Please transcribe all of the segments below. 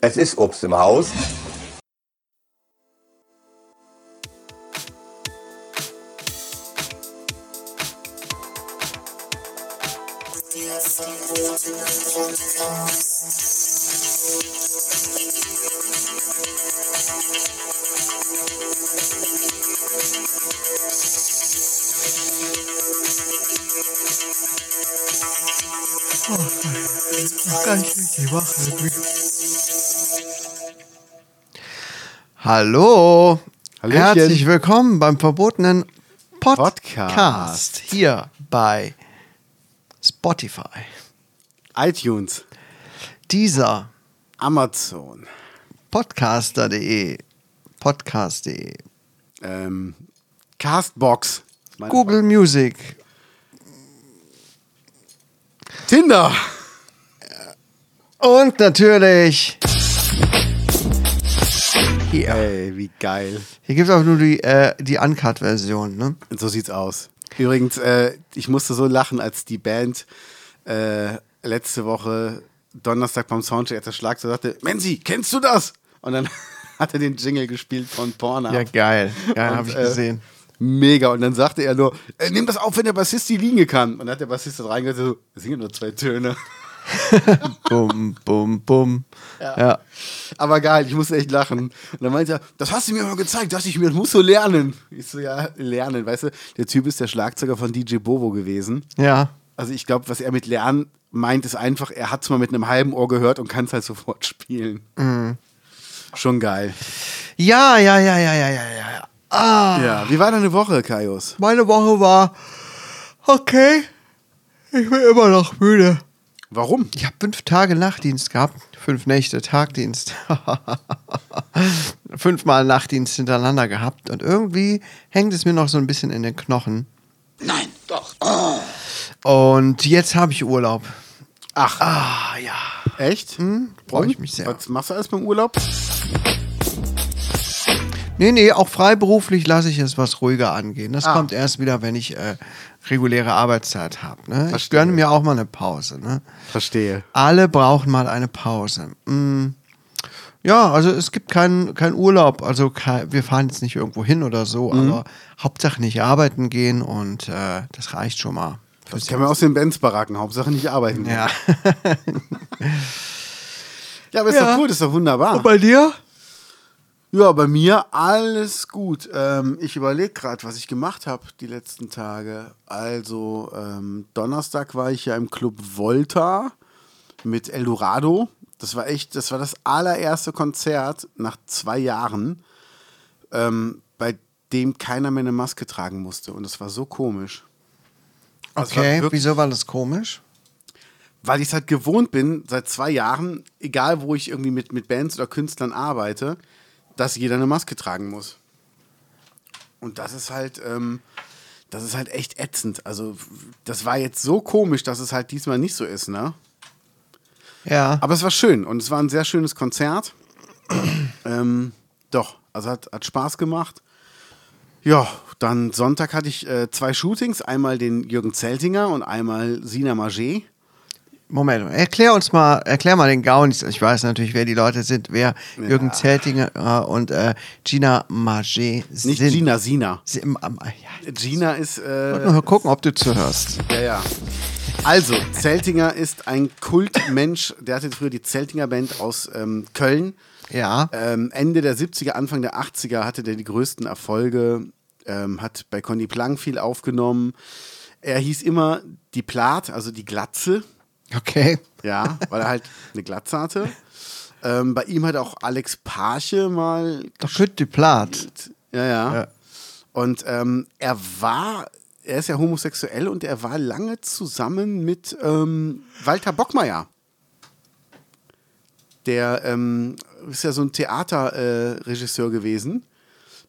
Es ist Obst im Haus. Hallo. Hallöchen. Herzlich willkommen beim verbotenen Podcast. Podcast. Hier bei Spotify. iTunes, Dieser Amazon, podcaster.de. Podcast.de. ähm, Castbox, meine Google Music. Frau- Tinder. Und natürlich. Hier. Ey, wie geil. Hier gibt es auch nur die, äh, die Uncut-Version, ne? So sieht's aus. Übrigens, äh, ich musste so lachen, als die Band äh, letzte Woche Donnerstag beim Soundcheck als der Schlag so sagte, Menzi, kennst du das? Und dann hat er den Jingle gespielt von Porna. geil. Geil, Und, habe ich äh, gesehen. Mega. Und dann sagte er nur, äh, nimm das auf, wenn der Bassist die Linie kann. Und dann hat der Bassist da reingehört, so, es sind ja nur zwei Töne. Bum, bum, bum. ja. Aber geil, ich musste echt lachen. Und dann meinte er, das hast du mir mal gezeigt, dachte ich mir, das musst du lernen. Ich so, ja, lernen, weißt du, der Typ ist der Schlagzeuger von DJ Bobo gewesen. Ja. Also ich glaube, was er mit Lernen meint, ist einfach, er hat es mal mit einem halben Ohr gehört und kann es halt sofort spielen. Mhm. Schon geil. Ja, ja, ja, ja, ja, ja, ja, ja. Ah, Ja, wie war deine Woche, Kaios? meine Woche war okay. Ich bin immer noch müde. Warum? Ich habe fünf Tage Nachtdienst gehabt, fünf Nächte Tagdienst. Fünfmal Nachtdienst hintereinander gehabt und irgendwie hängt es mir noch so ein bisschen in den Knochen. Nein, doch. Und jetzt habe ich Urlaub. Ach, Ah, ja. echt? freu ich Und? mich sehr. Was machst du alles beim Urlaub? Nee, nee, auch freiberuflich lasse ich es was ruhiger angehen. Das Ah. kommt erst wieder, wenn ich äh, reguläre Arbeitszeit habe. Ne? Ich Verstehe. gönne mir auch mal eine Pause. Ne? Verstehe. Alle brauchen mal eine Pause. Mm. Ja, also es gibt keinen keinen Urlaub. Also kein, wir fahren jetzt nicht irgendwo hin oder so, Mhm. aber Hauptsache nicht arbeiten gehen und äh, das reicht schon mal. Das kann man aus den Bands baracken, Hauptsache nicht arbeiten. Ja. ja aber ist Ja. doch cool, ist doch wunderbar. bei dir? Ja, bei mir alles gut. Ähm, ich überlege gerade, was ich gemacht habe die letzten Tage. Also, ähm, Donnerstag war ich ja im Club Volta mit Eldorado. Das war echt, das war das allererste Konzert nach zwei Jahren, ähm, bei dem keiner mehr eine Maske tragen musste. Und das war so komisch. Also, Das war Okay, wirklich- wieso war das komisch? weil ich es halt gewohnt bin, seit zwei Jahren, egal wo ich irgendwie mit, mit Bands oder Künstlern arbeite, dass jeder eine Maske tragen muss. Und das ist halt, ähm, das ist halt echt ätzend. Also, das war jetzt so komisch, dass es halt diesmal nicht so ist, ne? Ja. Aber es war schön und es war ein sehr schönes Konzert. ähm, doch, also hat, hat Spaß gemacht. Ja, dann Sonntag hatte ich äh, zwei Shootings, einmal den Jürgen Zeltinger und einmal Sina Maget. Moment, erklär uns mal, erklär mal den Gaunis. Ich weiß natürlich, wer die Leute sind, wer Jürgen Zeltinger äh, und äh, Gina Maget sind. Nicht Gina, Sina. Sie- im- am- ja. Gina ist. Ich Äh, wollte nur gucken, ob du zuhörst. ja, ja. Also, Zeltinger ist ein Kultmensch. Der hatte früher die Zeltinger Band aus ähm, Köln. Ja. Ähm, Ende der 70er, Anfang der 80er hatte der die größten Erfolge. Ähm, hat bei Conny Plank viel aufgenommen. Er hieß immer die Plat, also die Glatze. Okay. Ja, weil er halt eine Glatze hatte. Ähm, bei ihm hat auch Alex Parche mal Doch gut, die Plat. Ja, ja. Ja. Und ähm, er war, er ist ja homosexuell und er war lange zusammen mit ähm, Walter Bockmeier. Der ähm, ist ja so ein Theaterregisseur äh, Regisseur gewesen,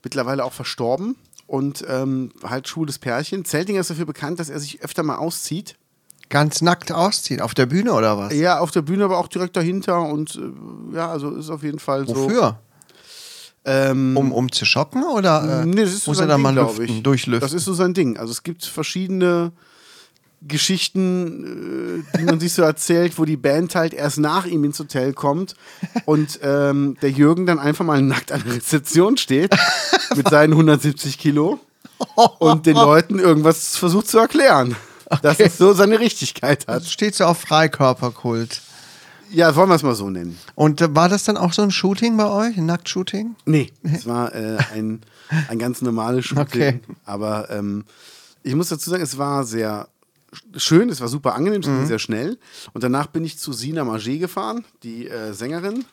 mittlerweile auch verstorben und ähm, halt schwules Pärchen. Zeltinger ist dafür bekannt, dass er sich öfter mal auszieht. Ganz nackt ausziehen. Auf der Bühne oder was? Ja, auf der Bühne, aber auch direkt dahinter und äh, ja, also ist auf jeden Fall so. Wofür? Ähm, Um, um zu schocken oder äh, Hm, Nee, das ist so muss sein er da Ding, mal glaub lüften, ich. durchlüften? Das ist so sein Ding. Also es gibt verschiedene Geschichten, äh, die man sich so erzählt, wo die Band halt erst nach ihm ins Hotel kommt und ähm, der Jürgen dann einfach mal nackt an der Rezeption steht mit seinen 170 Kilo Oh, und den Leuten irgendwas versucht zu erklären, dass es so seine Richtigkeit hat. Also steht so auf Freikörperkult. Ja, wollen wir es mal so nennen. Und äh, war das dann auch so ein Shooting bei euch, ein Nacktshooting? Nee, es war äh, ein, ein ganz normales Shooting. Okay. Aber ähm, ich muss dazu sagen, es war sehr sch- schön, es war super angenehm, es ging sehr schnell. Und danach bin ich zu Sina Marger gefahren, die äh, Sängerin.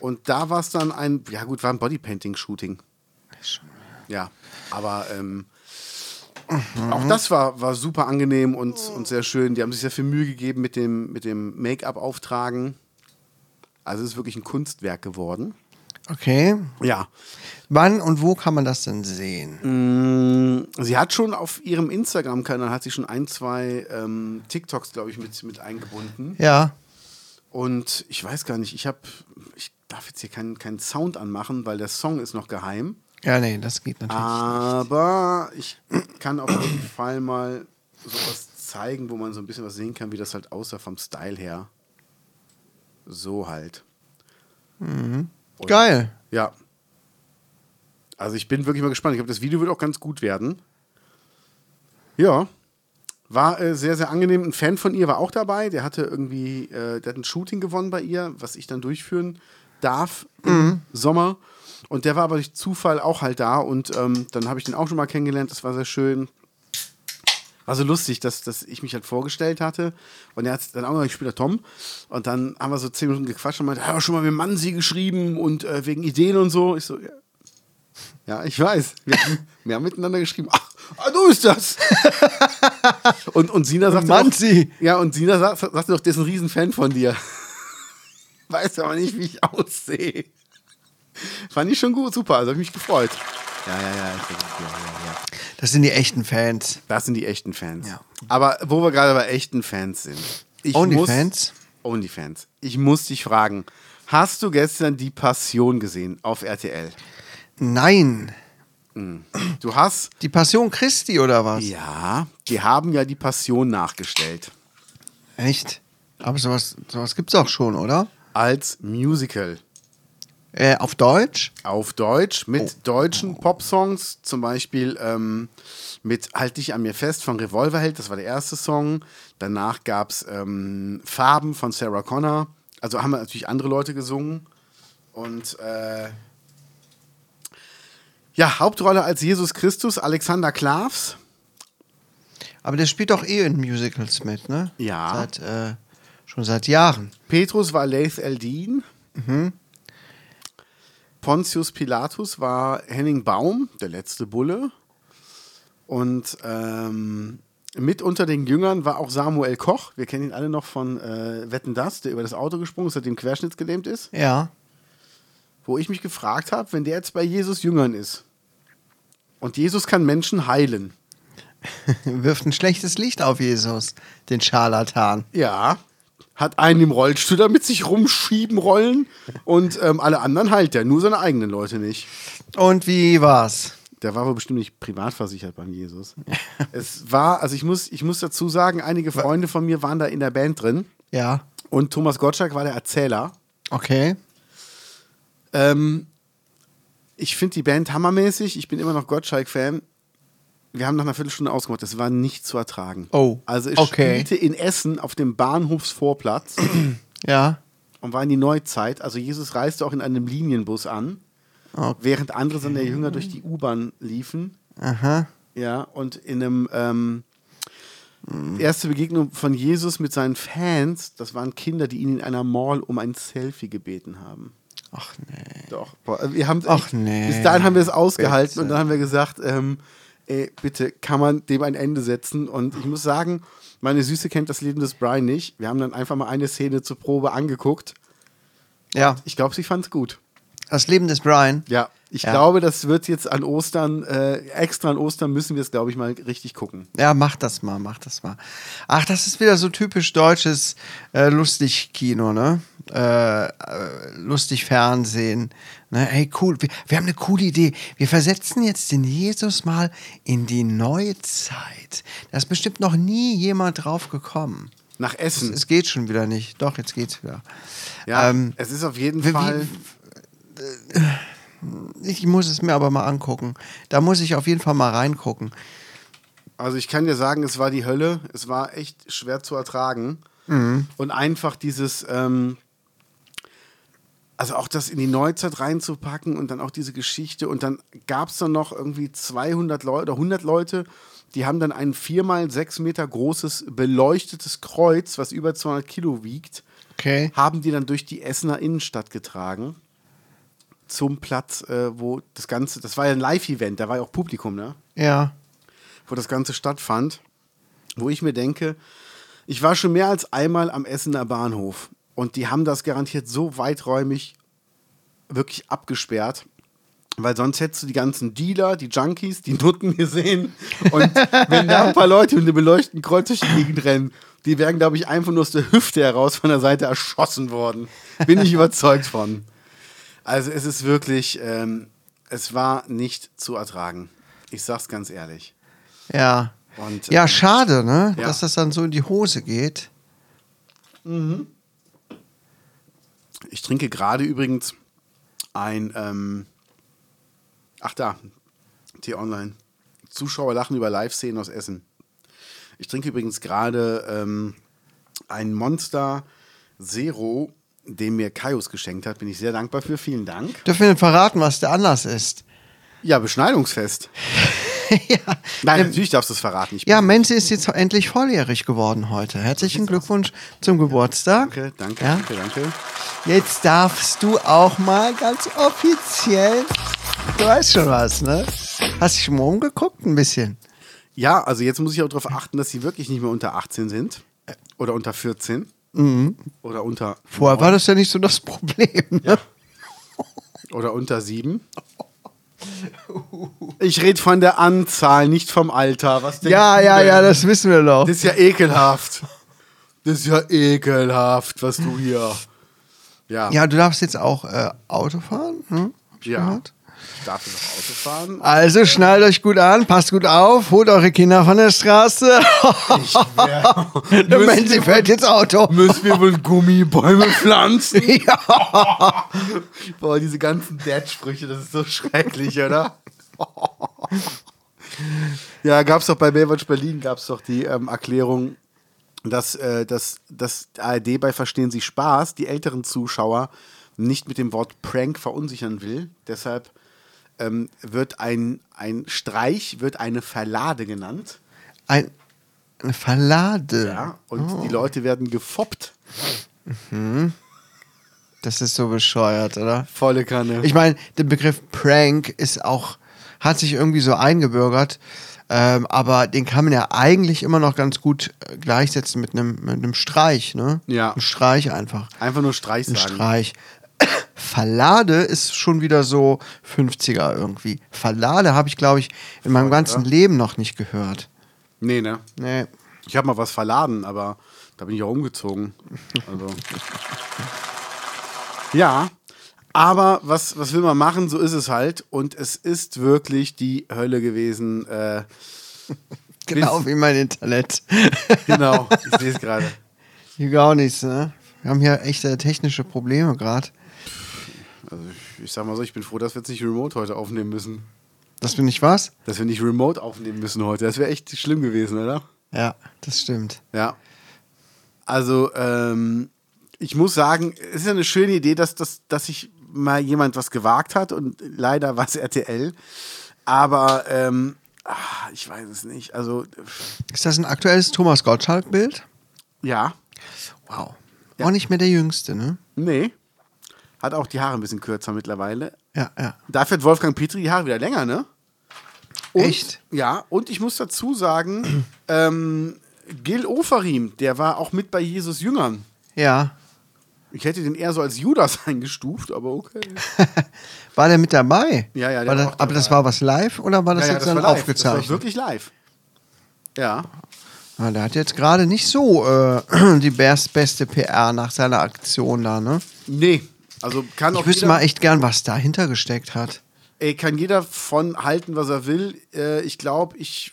Und da war es dann ein, ja gut, war ein Bodypainting-Shooting. Ja, aber ähm, auch das war, war super angenehm und, und sehr schön. Die haben sich sehr viel Mühe gegeben mit dem, mit dem Make-up-Auftragen. Also es ist wirklich ein Kunstwerk geworden. Okay. Ja, Wann und wo kann man das denn Mhm. sehen? Mm, Sie hat schon auf ihrem Instagram-Kanal hat sie schon ein, zwei ähm, TikToks, glaube ich, mit, mit eingebunden. Ja. Und ich weiß gar nicht, ich habe, ich darf jetzt hier keinen, keinen Sound anmachen, weil der Song ist noch geheim. Ja, nee, das geht natürlich. Ah, Aber ich kann auf jeden Fall mal sowas zeigen, wo man so ein bisschen was sehen kann, wie das halt aussah vom Style her. So halt. Und- Geil. oh Ja. Also ich bin wirklich mal gespannt. Ich glaube, das Video wird auch ganz gut werden. Ja. War äh, sehr, sehr angenehm. Ein Fan von ihr war auch dabei. Der hatte irgendwie, äh, der hat ein Shooting gewonnen bei ihr, was ich dann durchführen darf im Sommer. Und der war aber durch Zufall auch halt da. Und ähm, dann habe ich den auch schon mal kennengelernt. Das war sehr schön. War so lustig, dass, dass ich mich halt vorgestellt hatte. Und er hat dann auch gesagt, ich spiele der Tom. Und dann haben wir so zehn Minuten gequatscht und meinte, ja, schon mal mit dem Mann sie geschrieben und äh, wegen Ideen und so. Ich so, ja, ja ich weiß. Wir, haben- wir haben miteinander geschrieben. Ach, ah, du bist das. und, und Sina sagte Mann, auch, sie. ja, und Sina sa- sagte doch, der ist ein Riesenfan von dir. Weiß aber nicht, wie ich aussehe. Fand ich schon gut, super, also habe ich mich gefreut. Ja, ja, ja, ich- ja, ja, ja. Das sind die echten Fans. Das sind die echten Fans. Ja. Aber wo wir gerade bei echten Fans sind. Ich Onlyfans? muss- Onlyfans. Ich muss dich fragen, hast du gestern die Passion gesehen auf RTL? Nein. Du hast? Die Passion Christi oder was? Ja, die haben ja die Passion nachgestellt. Echt? Aber sowas, sowas gibt's auch schon, oder? Als Musical. Äh, auf Deutsch? Auf Deutsch mit deutschen Popsongs, zum Beispiel ähm, mit Halt dich an mir fest von Revolverheld, das war der erste Song. Danach gab es ähm, Farben von Sarah Connor. Also haben natürlich andere Leute gesungen. Und äh, ja, Hauptrolle als Jesus Christus, Alexander Klavs. Aber der spielt doch eh in Musicals mit, ne? Ja. Seit, äh, schon seit Jahren. Petrus war Leith Eldin. Mhm. Pontius Pilatus war Henning Baum, der letzte Bulle. Und ähm, mit unter den Jüngern war auch Samuel Koch. Wir kennen ihn alle noch von äh, Wetten Das, der über das Auto gesprungen ist, seitdem querschnittsgelähmt ist. Ja. Wo ich mich gefragt habe, wenn der jetzt bei Jesus Jüngern ist und Jesus kann Menschen heilen. Wirft ein schlechtes Licht auf Jesus, den Scharlatan. Ja. Hat einen im Rollstuhl da mit sich rumschieben, rollen und ähm, alle anderen heilt er. Nur seine eigenen Leute nicht. Und wie war's? Der war wohl bestimmt nicht privat versichert beim Jesus. es war, also ich muss, ich muss dazu sagen, einige Freunde von mir waren da in der Band drin Ja. und Thomas Gottschalk war der Erzähler. Okay. Ähm, ich finde die Band hammermäßig. Ich bin immer noch Gottschalk-Fan. Wir haben nach einer Viertelstunde ausgemacht. Das war nicht zu ertragen. Oh, Also ich okay. spielte in Essen auf dem Bahnhofsvorplatz Ja. und war in die Neuzeit. Also Jesus reiste auch in einem Linienbus an, Okay. während andere seiner Jünger durch die U-Bahn liefen. Aha. Ja, und in einem ähm, erste Begegnung von Jesus mit seinen Fans, das waren Kinder, die ihn in einer Mall um ein Selfie gebeten haben. Ach nee. Doch, boah, wir haben Ach, nee. bis dahin haben wir es ausgehalten Bitte. und dann haben wir gesagt, ähm, ey, bitte kann man dem ein Ende setzen und ich muss sagen, meine Süße kennt das Leben des Brian nicht. Wir haben dann einfach mal eine Szene zur Probe angeguckt. Ja, Ich glaube, sie fand's gut. das Leben des Brian. Ja, ich Ja. glaube, das wird jetzt an Ostern, äh, extra an Ostern müssen wir es, glaube ich, mal richtig gucken. Ja, mach das mal, mach das mal. Ach, das ist wieder so typisch deutsches äh, Lustig-Kino, ne? Äh, äh, lustig Fernsehen. Ne? Hey, cool, wir, wir haben eine coole Idee. Wir versetzen jetzt den Jesus mal in die Neuzeit. Da ist bestimmt noch nie jemand drauf gekommen. Nach Es, Essen. es geht schon wieder nicht. Doch, jetzt geht's wieder. Hm. Ja, ähm, es ist auf jeden wie- wie- Fall. Ich muss es mir aber mal angucken. Da muss ich auf jeden Fall mal reingucken. Also ich kann dir sagen, es war die Hölle. Es war echt schwer zu ertragen. Mhm. Und einfach dieses, ähm, also auch das in die Neuzeit reinzupacken und dann auch diese Geschichte. Und dann gab es dann noch irgendwie 200 Leute oder 100 Leute, die haben dann ein viermal sechs Meter großes beleuchtetes Kreuz, was über 200 Kilo wiegt, Okay. haben die dann durch die Essener Innenstadt getragen. Zum Platz, äh, wo das Ganze, das war ja ein Live-Event, da war ja auch Publikum, ne? Ja. wo das Ganze stattfand, wo ich mir denke, ich war schon mehr als einmal am Essener Bahnhof und die haben das garantiert so weiträumig wirklich abgesperrt, weil sonst hättest du die ganzen Dealer, die Junkies, die Nutten gesehen und wenn da ein paar Leute mit einem beleuchteten Kreuz durch die Gegend rennen, die wären, glaube ich, einfach nur aus der Hüfte heraus von der Seite erschossen worden. Bin ich überzeugt von. Also es ist wirklich, ähm, es war nicht zu ertragen. Ich sag's ganz ehrlich. Ja. Und, ja, ähm, schade, ne? ja. Dass das dann so in die Hose geht. Ich trinke gerade übrigens ein, ähm, ach da, T-Online. Zuschauer lachen über Live-Szenen aus Essen. Ich trinke übrigens gerade ähm, ein Monster Zero, den mir Kaius geschenkt hat. Bin ich sehr dankbar für. Vielen Dank. Dürfen wir denn verraten, was der Anlass ist? Ja, Beschneidungsfest. ja. Nein, natürlich darfst du es verraten. Ich ja, Menzi ist jetzt endlich volljährig geworden heute. Herzlichen Glückwunsch zum Geburtstag. Danke, danke, Ja. danke, danke. Jetzt darfst du auch mal ganz offiziell. Du weißt schon was, ne? Hast dich schon mal umgeguckt ein bisschen? Ja, also jetzt muss ich auch darauf achten, dass sie wirklich nicht mehr unter 18 sind. Äh, Oder unter 14. Mhm. Oder unter Vorher war das ja nicht so das Problem. Ne? Oder unter sieben. Ich rede von der Anzahl, nicht vom Alter. Was denkst Ja, du ja, denn? ja, das wissen wir doch. äh, Das ist ja ekelhaft. Das ist ja ekelhaft, was du hier. Ja, Ja, du darfst jetzt auch äh, Auto fahren, hm? Hab ich ja. gehört. Ich darf jetzt auch Auto fahren. Also schnallt euch gut an, passt gut auf, holt eure Kinder von der Straße. Ich wär, Wenn sie müssen, fällt ins Auto. müssen wir wohl Gummibäume pflanzen? ja. Boah, diese ganzen Dad-Sprüche, das ist so schrecklich, oder? ja, gab es doch bei Baywatch Berlin, gab es doch die ähm, Erklärung, dass, äh, dass, dass die ARD bei Verstehen Sie Spaß die älteren Zuschauer nicht mit dem Wort Prank verunsichern will. Deshalb ähm, wird ein, ein Streich, wird eine Verlade genannt. Ein, eine Verlade. Ja, und die Leute werden gefoppt. Das ist so bescheuert, oder? Volle Kanne. Ich meine, der Begriff Prank ist auch, hat sich irgendwie so eingebürgert, ähm, aber den kann man ja eigentlich immer noch ganz gut äh, gleichsetzen mit einem mit einem Streich, ne? Ja. Ein Streich einfach. Einfach nur Streich Ein sagen. Streich. Verlade ist schon wieder so 50er irgendwie. Verlade habe ich, glaube ich, in meinem ganzen Leben noch nicht gehört. Nee, ne? Nee. Ich habe mal was verladen, aber da bin ich auch umgezogen. Also. ja, aber was, was will man machen? So ist es halt. Und es ist wirklich die Hölle gewesen. Äh, Genau wie mein Internet. genau, ich sehe es gerade. Hier gar nichts, ne? Wir haben hier echte technische Probleme gerade, Also ich, ich sag mal so, ich bin froh, dass wir jetzt nicht remote heute aufnehmen müssen. dass wir nicht was? Dass wir nicht remote aufnehmen müssen heute. Das wäre echt schlimm gewesen, oder? Ja, das stimmt. Ja. Also, ähm, ich muss sagen, es ist ja eine schöne Idee, dass, dass, dass sich mal jemand was gewagt hat und leider war es RTL. Aber ähm, ah, ich weiß es nicht. Also, Ist das ein aktuelles Thomas Gottschalk-Bild? ja, Wow. Auch nicht mehr der Jüngste, ne? nee. Hat auch die Haare ein bisschen kürzer mittlerweile. Ja, ja. Dafür hat Wolfgang Petri die Haare wieder länger, ne? Echt? Ja, und ich muss dazu sagen, ähm, Gil Oferim, der war auch mit bei Jesus Jüngern. Ja. Ich hätte den eher so als Judas eingestuft, aber okay. War der mit dabei? Ja, ja, War der war das, auch dabei. aber das war was live oder war das Ja, ja, jetzt dann war live. Das war aufgezeichnet? wirklich live. Ja. Na, Ah, der hat jetzt gerade nicht so äh, die best, beste PR nach seiner Aktion da, ne? Nee. Also kann Ich auch wüsste jeder, mal echt gern, was dahinter gesteckt hat. ey, kann jeder von halten, was er will. Äh, ich glaube, ich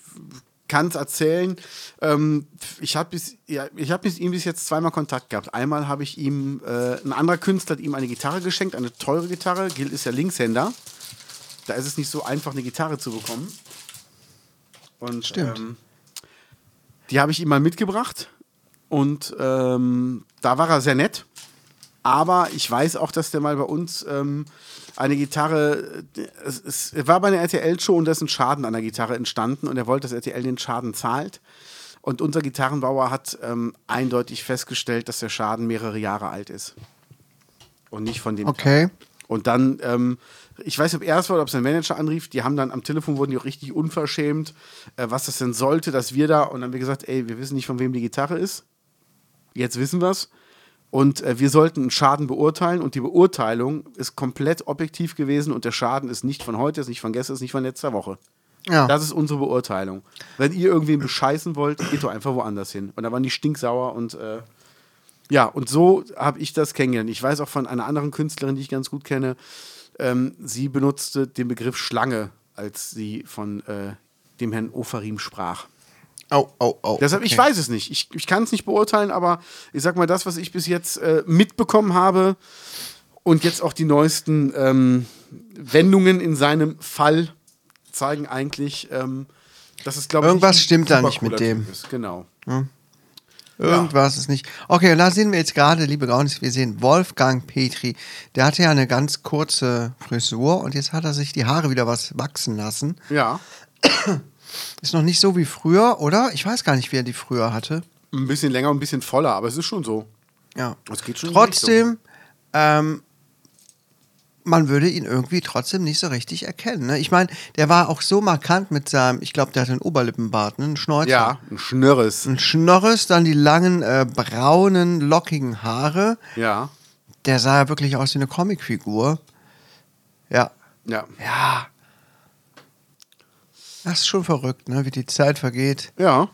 kann es erzählen. Ähm, ich habe bis, ja, ich hab bis ihm bis jetzt zweimal Kontakt gehabt. Einmal habe ich ihm, äh, ein anderer Künstler hat ihm eine Gitarre geschenkt, eine teure Gitarre. Gil ist ja Linkshänder. Da ist es nicht so einfach, eine Gitarre zu bekommen. Und, Stimmt. Ähm, die habe ich ihm mal mitgebracht. Und ähm, da war er sehr nett. Aber ich weiß auch, dass der mal bei uns ähm, eine Gitarre. äh, Es, es war bei einer RTL-Show und da ist ein Schaden an der Gitarre entstanden und er wollte, dass RTL den Schaden zahlt. Und unser Gitarrenbauer hat ähm, eindeutig festgestellt, dass der Schaden mehrere Jahre alt ist. Und nicht von dem. Okay. Tag. Und dann, ähm, ich weiß nicht, ob er es war oder ob sein Manager anrief, die haben dann am Telefon wurden die auch richtig unverschämt, äh, was das denn sollte, dass wir da. Und dann haben wir gesagt, ey, wir wissen nicht, von wem die Gitarre ist. Jetzt wissen wir's. Und äh, wir sollten einen Schaden beurteilen und die Beurteilung ist komplett objektiv gewesen und der Schaden ist nicht von heute, ist nicht von gestern, ist nicht von letzter Woche. Ja. Das ist unsere Beurteilung. Wenn ihr irgendwen bescheißen wollt, geht doch einfach woanders hin. Und da waren die stinksauer und äh, ja, und so habe ich das kennengelernt. Ich weiß auch von einer anderen Künstlerin, die ich ganz gut kenne, ähm, sie benutzte den Begriff Schlange, als sie von äh, dem Herrn Ofarim sprach. Au, au, au. Deshalb, ich Okay. weiß es nicht. Ich, ich kann es nicht beurteilen, aber ich sag mal, das, was ich bis jetzt äh, mitbekommen habe und jetzt auch die neuesten ähm, Wendungen in seinem Fall zeigen eigentlich, ähm, dass es, glaube ich, Irgendwas nicht ein stimmt da super nicht mit cooler dem. Typ Ist. Genau. Irgendwas ist nicht. Okay, und da sehen wir jetzt gerade, liebe Gaunis, wir sehen Wolfgang Petri. Der hatte ja eine ganz kurze Frisur und jetzt hat er sich die Haare wieder was wachsen lassen. Ja, Ist noch nicht so wie früher, oder? Ich weiß gar nicht, wie er die früher hatte. ein bisschen länger, ein bisschen voller, aber es ist schon so. Ja. Es geht schon in die Trotzdem, ähm, man würde ihn irgendwie trotzdem nicht so richtig erkennen. Ne? Ich meine, der war auch so markant mit seinem, ich glaube, der hatte einen Oberlippenbart, ne? einen Schnäuzer. Ja, ein Schnörres. Ein Schnorres, dann die langen, äh, braunen, lockigen Haare. Ja, Der sah ja wirklich aus wie eine Comicfigur. Ja. ja. Ja. Das ist schon verrückt, ne? wie die Zeit vergeht. Ja.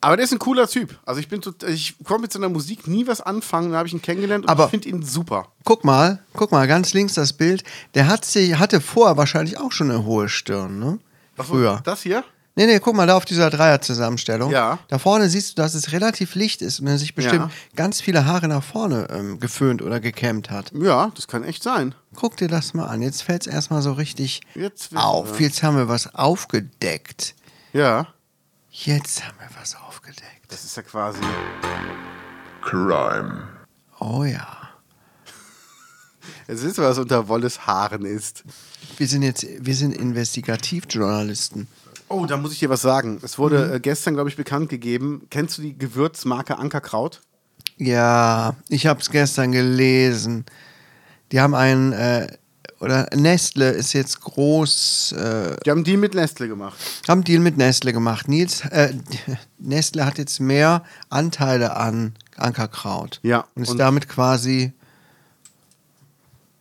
Aber der ist ein cooler Typ. Also ich bin total, ich komme mit seiner Musik nie was anfangen, da habe ich ihn kennengelernt und Aber- ich finde ihn super. Guck mal, guck mal, ganz links das Bild. Der hat sie, hatte vorher wahrscheinlich auch schon eine hohe Stirn, ne? Ach so, Früher. Das hier? Nee, nee, guck mal da auf dieser Dreierzusammenstellung. Ja. Da vorne siehst du, dass es relativ licht ist und er sich bestimmt Ja. ganz viele Haare nach vorne ähm, geföhnt oder gekämmt hat. Ja, das kann echt sein. Guck dir das mal an. Jetzt fällt es erstmal so richtig Jetzt wissen auf. wir. Jetzt haben wir was aufgedeckt. Ja. Jetzt haben wir was aufgedeckt. Das ist ja quasi. Crime. Oh ja. Jetzt wissen wir, was unter Wolles Haaren ist. Wir sind jetzt, wir sind Investigativjournalisten. Oh, da muss ich dir was sagen. Es wurde Mhm. äh, gestern, glaube ich, bekannt gegeben. Kennst du die Gewürzmarke Ankerkraut? Ja, ich habe es gestern gelesen. Die haben einen, äh, oder Nestle ist jetzt groß, äh, Die haben die mit Nestle gemacht. haben Deal mit Nestle gemacht. Nils, äh, Nestle hat jetzt mehr Anteile an Ankerkraut. Ja, Und ist und- damit quasi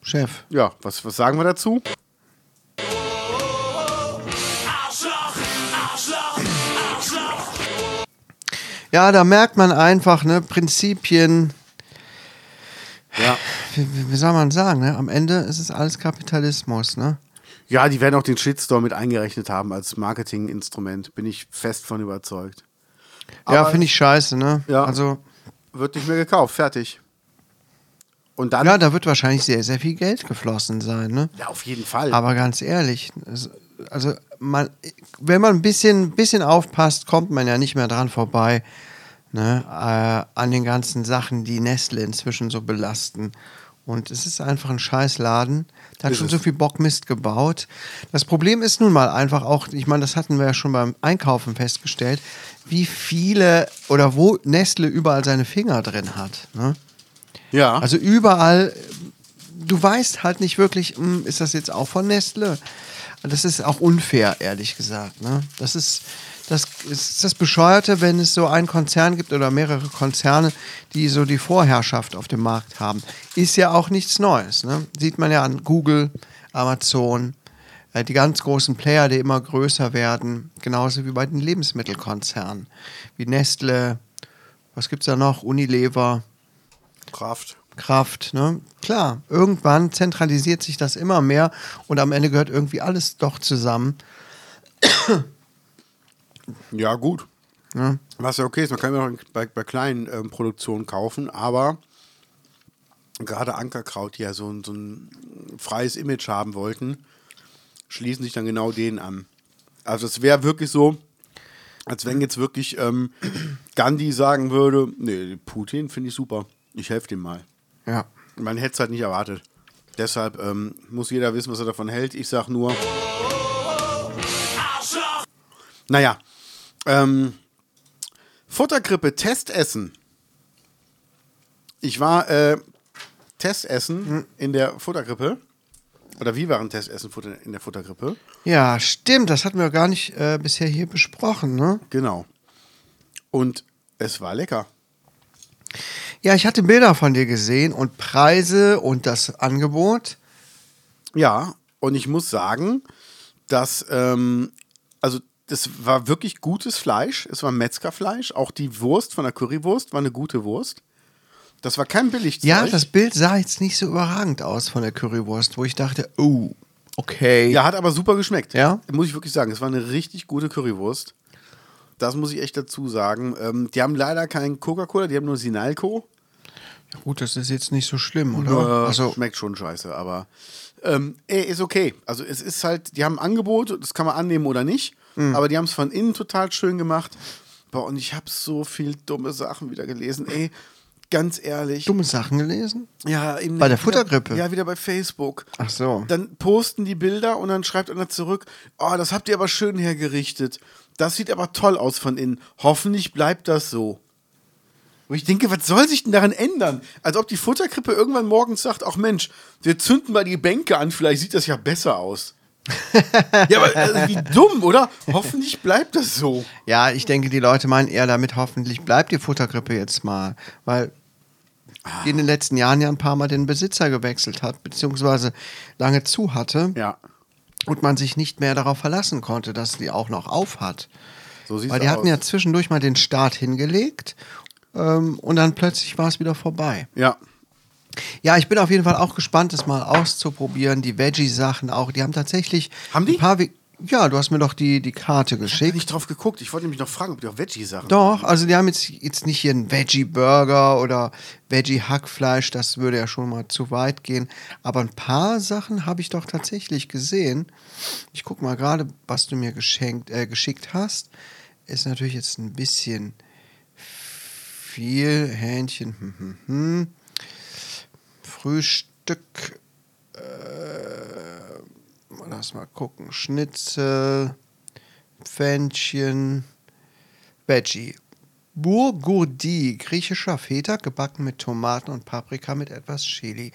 Chef. Ja, was, was sagen wir dazu? Ja, da merkt man einfach, ne, Prinzipien, Ja. wie, wie- wie soll man sagen, ne? Am Ende ist es alles Kapitalismus, ne? Ja, die werden auch den Shitstorm mit eingerechnet haben als Marketinginstrument. Bin ich fest von überzeugt. ja, Aber- finde ich scheiße, ne? Ja. Also, Wird nicht mehr gekauft, fertig. Und dann. ja, da wird wahrscheinlich sehr, sehr viel Geld geflossen sein, ne? Ja, auf jeden Fall. Aber ganz ehrlich, es- also man, wenn man ein bisschen, bisschen aufpasst, kommt man ja nicht mehr dran vorbei, ne, äh, an den ganzen Sachen, die Nestle inzwischen so belasten. Und es ist einfach ein Scheißladen. Da hat Ist schon es. so viel Bockmist gebaut. Das Problem ist nun mal einfach auch, ich meine, das hatten wir ja schon beim Einkaufen festgestellt, wie viele oder wo Nestle überall seine Finger drin hat. Ne? ja. Also überall, du weißt halt nicht wirklich, hm, ist das jetzt auch von Nestle? Das ist auch unfair, ehrlich gesagt. Ne? Das, ist, das ist das Bescheuerte, wenn es so einen Konzern gibt oder mehrere Konzerne, die so die Vorherrschaft auf dem Markt haben. Ist ja auch nichts Neues. Ne? Sieht man ja an Google, Amazon, äh, die ganz großen Player, die immer größer werden. Genauso wie bei den Lebensmittelkonzernen. Wie Nestle, was gibt es da noch? Unilever. Kraft. Kraft. Ne? Klar, irgendwann zentralisiert sich das immer mehr und am Ende gehört irgendwie alles doch zusammen. Ja, gut. Was ja okay ist, man kann ja auch bei, bei kleinen ähm, Produktionen kaufen, aber gerade Ankerkraut, die ja so, ein- so ein freies Image haben wollten, schließen sich dann genau denen an. Also es wäre wirklich so, als wenn jetzt wirklich ähm, Gandhi sagen würde, nee, Putin finde ich super, ich helfe dem mal. Ja. Man hätte es halt nicht erwartet. Deshalb ähm, muss jeder wissen, was er davon hält. Ich sag nur. Naja. Ähm, Futterkrippe, Testessen. Ich war äh, Testessen in der Futterkrippe. Oder wir waren Testessen Futter- in der Futterkrippe. Ja, stimmt, das hatten wir gar nicht äh, bisher hier besprochen. Ne? Genau. Und es war lecker. Ja, ich hatte Bilder von dir gesehen und Preise und das Angebot. Ja, und ich muss sagen, dass, ähm, also das war wirklich gutes Fleisch. Es war Metzgerfleisch. Auch die Wurst von der Currywurst war eine gute Wurst. Das war kein Billigzeug. Ja, das Bild sah jetzt nicht so überragend aus von der Currywurst, wo ich dachte, oh, okay. ja, hat aber super geschmeckt. Ja? Muss ich wirklich sagen. Es war eine richtig gute Currywurst. Das muss ich echt dazu sagen. Ähm, die haben leider keinen Coca-Cola, die haben nur Sinalco. Gut, das ist jetzt nicht so schlimm, oder? Ja, also, schmeckt schon scheiße, aber ähm, ey, ist okay. Also es ist halt, die haben ein Angebot, das kann man annehmen oder nicht, Mhm. aber die haben es von innen total schön gemacht. Boah, und ich habe so viel dumme Sachen wieder gelesen. Ey, ganz ehrlich. dumme Sachen gelesen? ja, eben Bei der wieder- Futtergrippe? Ja, wieder bei Facebook. Ach so. Dann posten die Bilder und dann schreibt einer zurück, oh, das habt ihr aber schön hergerichtet. Das sieht aber toll aus von innen. Hoffentlich bleibt das so. Wo ich denke, was soll sich denn daran ändern? Als ob die Futterkrippe irgendwann morgens sagt, ach Mensch, wir zünden mal die Bänke an, vielleicht sieht das ja besser aus. ja, aber also, wie dumm, oder? Hoffentlich bleibt das so. Ja, ich denke, die Leute meinen eher damit, hoffentlich bleibt die Futtergrippe jetzt mal, weil die in den letzten Jahren ja ein paar Mal den Besitzer gewechselt hat, beziehungsweise lange zu hatte Ja, und man sich nicht mehr darauf verlassen konnte, dass die auch noch auf hat. so sieht's Weil die aus. hatten ja zwischendurch mal den Start hingelegt ähm, und dann plötzlich war es wieder vorbei. ja. Ja, ich bin auf jeden Fall auch gespannt, das mal auszuprobieren. Die Veggie-Sachen auch. Die haben tatsächlich Haben die? ein paar. Ve ja, du hast mir doch die, die Karte geschickt. Bin ich drauf geguckt. Ich wollte nämlich noch fragen, ob die auch Veggie-Sachen Doch, also die haben jetzt, jetzt nicht hier einen Veggie-Burger oder Veggie-Hackfleisch, das würde ja schon mal zu weit gehen. Aber ein paar Sachen habe ich doch tatsächlich gesehen. Ich gucke mal gerade, was du mir geschenkt, äh, geschickt hast. Ist natürlich jetzt ein bisschen viel. Hähnchen, hm, hm, hm. Frühstück. Äh, lass mal gucken. Schnitzel, Pfännchen. Veggie. Burgurdi, griechischer Feta, gebacken mit Tomaten und Paprika mit etwas Chili.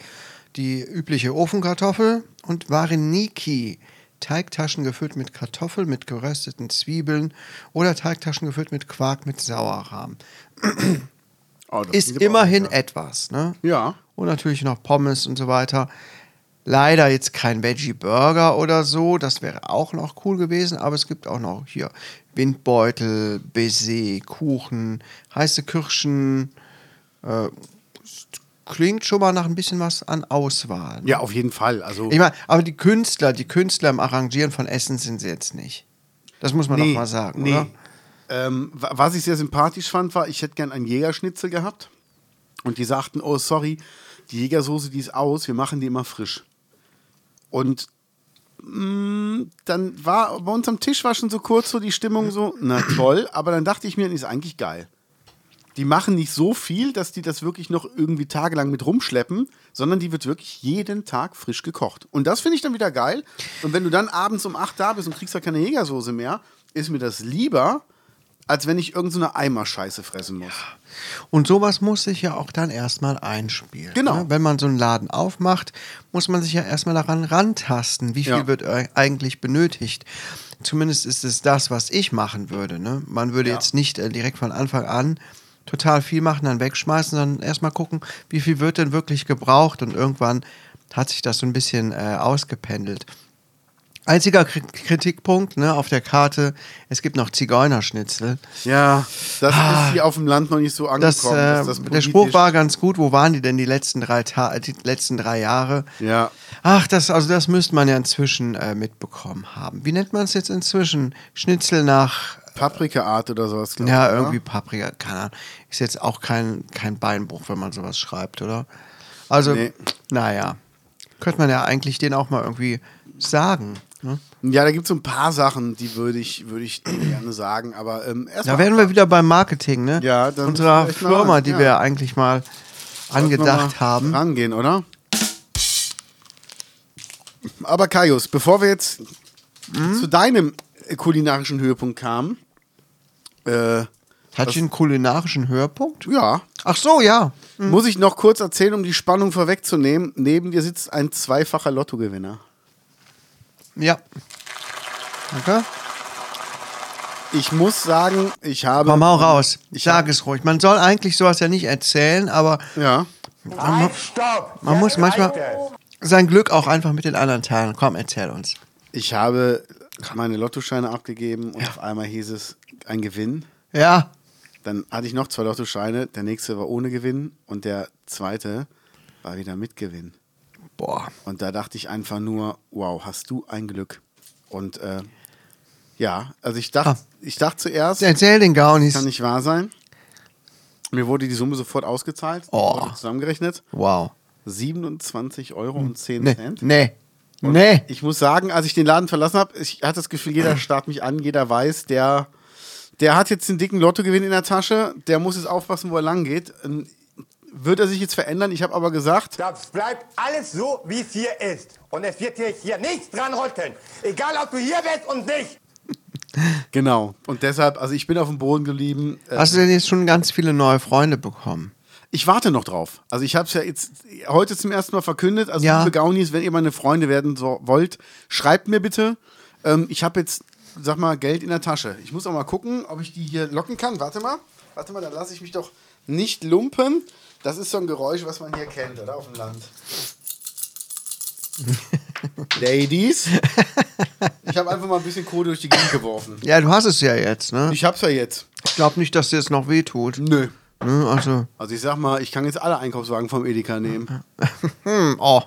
Die übliche Ofenkartoffel und Wareniki, Teigtaschen gefüllt mit Kartoffel, mit gerösteten Zwiebeln oder Teigtaschen gefüllt mit Quark mit Sauerrahm. Oh, das Ist klingt aber auch immerhin lecker. etwas, ne? Ja. Und natürlich noch Pommes und so weiter. Leider jetzt kein Veggie-Burger oder so, das wäre auch noch cool gewesen, aber es gibt auch noch hier Windbeutel, Baiser, Kuchen, heiße Kirschen. Äh, es klingt schon mal nach ein bisschen was an Auswahl. Ja, auf jeden Fall. Also, Ich meine, aber die Künstler, die Künstler im Arrangieren von Essen sind sie jetzt nicht. Das muss man doch mal sagen, oder? Ähm, wa- was ich sehr sympathisch fand, war, ich hätte gern einen Jägerschnitzel gehabt. Und die sagten, oh, sorry, die Jägersoße, die ist aus, wir machen die immer frisch. Und mh, dann war bei uns am Tisch war schon so kurz so die Stimmung so, na toll, aber dann dachte ich mir, ist eigentlich geil. Die machen nicht so viel, dass die das wirklich noch irgendwie tagelang mit rumschleppen, sondern die wird wirklich jeden Tag frisch gekocht. Und das finde ich dann wieder geil. Und wenn du dann abends um 8 da bist und kriegst da keine Jägersoße mehr, ist mir das lieber, als wenn ich irgendeine so eine Eimerscheiße fressen muss. Und sowas muss sich ja auch dann erstmal einspielen. Genau. Ne? Wenn man so einen Laden aufmacht, muss man sich ja erstmal daran rantasten, wie viel Ja. wird e- eigentlich benötigt. Zumindest ist es das, was ich machen würde. Ne? Man würde Ja. jetzt nicht äh, direkt von Anfang an total viel machen, dann wegschmeißen, sondern erstmal gucken, wie viel wird denn wirklich gebraucht und irgendwann hat sich das so ein bisschen äh, ausgependelt. Einziger Kri- Kritikpunkt ne, auf der Karte, es gibt noch Zigeunerschnitzel. Ja, das ist hier auf dem Land noch nicht so Ah. Das, angekommen. äh, dass das der Spruch politisch- war ganz gut, wo waren die denn die letzten drei, Ta die letzten drei Jahre? Ja. Ach, das, also das müsste man ja inzwischen äh, mitbekommen haben. Wie nennt man es jetzt inzwischen? Schnitzel nach, Paprika-Art oder sowas, ne? glaube ja, irgendwie Paprika, keine Ahnung. Ist jetzt auch kein, kein Beinbruch, wenn man sowas schreibt, oder? Also, Nee. naja, könnte man ja eigentlich den auch mal irgendwie sagen. Ne? Ja, da gibt es so ein paar Sachen, die würde ich, würde ich gerne sagen, aber ähm, Da erstmal wären wir wieder beim Marketing, ne? Ja, dann Unserer müssen wir echt mal Firma, ran, die ja. wir ja eigentlich mal angedacht haben. Rangehen, oder? Aber Kaius, bevor wir jetzt Hm? zu deinem kulinarischen Höhepunkt kamen, äh, Hat sie einen kulinarischen Höhepunkt? ja, Ach so, ja. muss ich noch kurz erzählen, um die Spannung vorwegzunehmen. Neben dir sitzt ein zweifacher Lottogewinner. Ja. Danke. Ich muss sagen, ich habe. Komm, hau raus. Ich Sag es ruhig. Man soll eigentlich sowas ja nicht erzählen, aber Ja. man, mu- man muss manchmal sein Glück auch einfach mit den anderen teilen. Komm, erzähl uns. Ich habe meine Lottoscheine abgegeben und auf einmal hieß es ein Gewinn. Ja. Dann hatte ich noch zwei Lottoscheine. Der nächste war ohne Gewinn und der zweite war wieder mit Gewinn. Boah. Und da dachte ich einfach nur, wow, hast du ein Glück. Und äh, ja, also ich dachte, Ah. ich dachte zuerst, das Erzähl den kann Gaunis. nicht wahr sein. Mir wurde die Summe sofort ausgezahlt, Oh. wurde zusammengerechnet. Wow. 27 Euro und 10 Nee. Cent. Nee. Nee. Ich muss sagen, als ich den Laden verlassen habe, ich hatte das Gefühl, jeder starrt mich an, jeder weiß, der, der hat jetzt den dicken Lottogewinn in der Tasche, der muss jetzt aufpassen, wo er lang geht. Ähm, Wird er sich jetzt verändern? Ich habe aber gesagt, Das bleibt alles so, wie es hier ist. Und es wird dir hier nichts dran rütteln. Egal, ob du hier bist und nicht. genau. Und deshalb, also ich bin auf dem Boden geblieben. Äh, Hast du denn jetzt schon ganz viele neue Freunde bekommen? Ich warte noch drauf. Also ich habe es ja jetzt heute zum ersten Mal verkündet. Also Ja. liebe Gaunis, wenn ihr meine Freunde werden so, wollt, schreibt mir bitte. Ähm, ich habe jetzt, sag mal, Geld in der Tasche. Ich muss auch mal gucken, ob ich die hier locken kann. Warte mal, warte mal, dann lasse ich mich doch nicht lumpen. Das ist so ein Geräusch, was man hier kennt, oder auf dem Land. Ladies, ich habe einfach mal ein bisschen Kohle durch die Gegend geworfen. Ja, du hast es ja jetzt, ne? Ich hab's ja jetzt. Ich glaube nicht, dass dir es noch wehtut. Nö. Ne, also, Also ich sag mal, ich kann jetzt alle Einkaufswagen vom Edeka nehmen. hm, oh,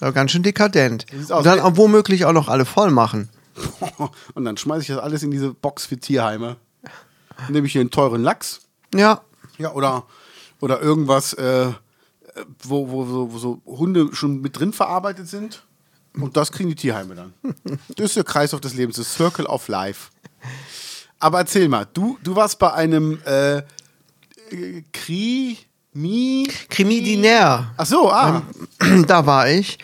ja, ganz schön dekadent. Sieht's aus Und dann wie- auch womöglich auch noch alle voll machen. Und dann schmeiße ich das alles in diese Box für Tierheime. Nehme ich hier einen teuren Lachs. Ja, Ja, oder, oder irgendwas, äh, äh, wo, wo, wo, wo so Hunde schon mit drin verarbeitet sind. Und das kriegen die Tierheime dann. Das ist der Kreislauf des Lebens, das Circle of Life. Aber erzähl mal, du, du warst bei einem äh, äh, Krimi. Krimidinär. Ähm, Ach so, ah. da war ich.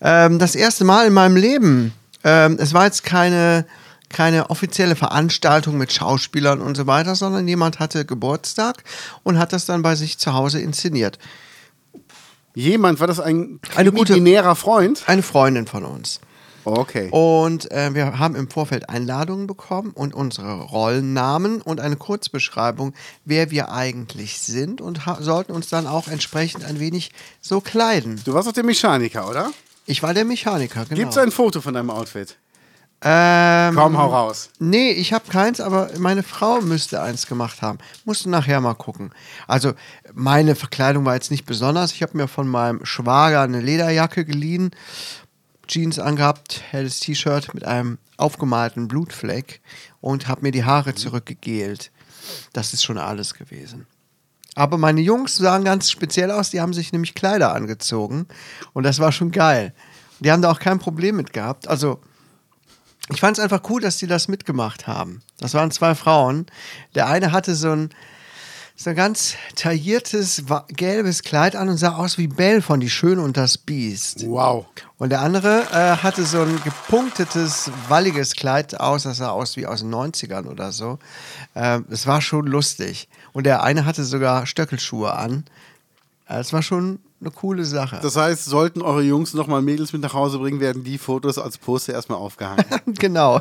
Ähm, das erste Mal in meinem Leben. Ähm, es war jetzt keine, keine offizielle Veranstaltung mit Schauspielern und so weiter, sondern jemand hatte Geburtstag und hat das dann bei sich zu Hause inszeniert. Jemand, war das ein Eine gute- kriminärer Freund? Eine Freundin von uns. Okay. Und äh, wir haben im Vorfeld Einladungen bekommen und unsere Rollennamen und eine Kurzbeschreibung, wer wir eigentlich sind und ha- sollten uns dann auch entsprechend ein wenig so kleiden. Du warst doch der Mechaniker, oder? Ich war der Mechaniker, genau. Gibt's ein Foto von deinem Outfit? ähm, Komm, hau raus. Nee, ich habe keins, aber meine Frau müsste eins gemacht haben. Musst du nachher mal gucken. Also, meine Verkleidung war jetzt nicht besonders. Ich habe mir von meinem Schwager eine Lederjacke geliehen, Jeans angehabt, helles T-Shirt mit einem aufgemalten Blutfleck und habe mir die Haare zurückgegelt. Das ist schon alles gewesen. Aber meine Jungs sahen ganz speziell aus, die haben sich nämlich Kleider angezogen und das war schon geil. Die haben da auch kein Problem mit gehabt. Also, ich fand es einfach cool, dass die das mitgemacht haben. Das waren zwei Frauen. Der eine hatte so ein, so ein ganz tailliertes wa- gelbes Kleid an und sah aus wie Belle von Die Schöne und das Biest. Wow. Und der andere äh, hatte so ein gepunktetes, walliges Kleid aus, das sah aus wie aus den 90ern oder so. Ähm, Es war schon lustig. Und der eine hatte sogar Stöckelschuhe an. Äh, Es war schon eine coole Sache. Das heißt, sollten eure Jungs nochmal Mädels mit nach Hause bringen, werden die Fotos als Poster erstmal aufgehangen. genau.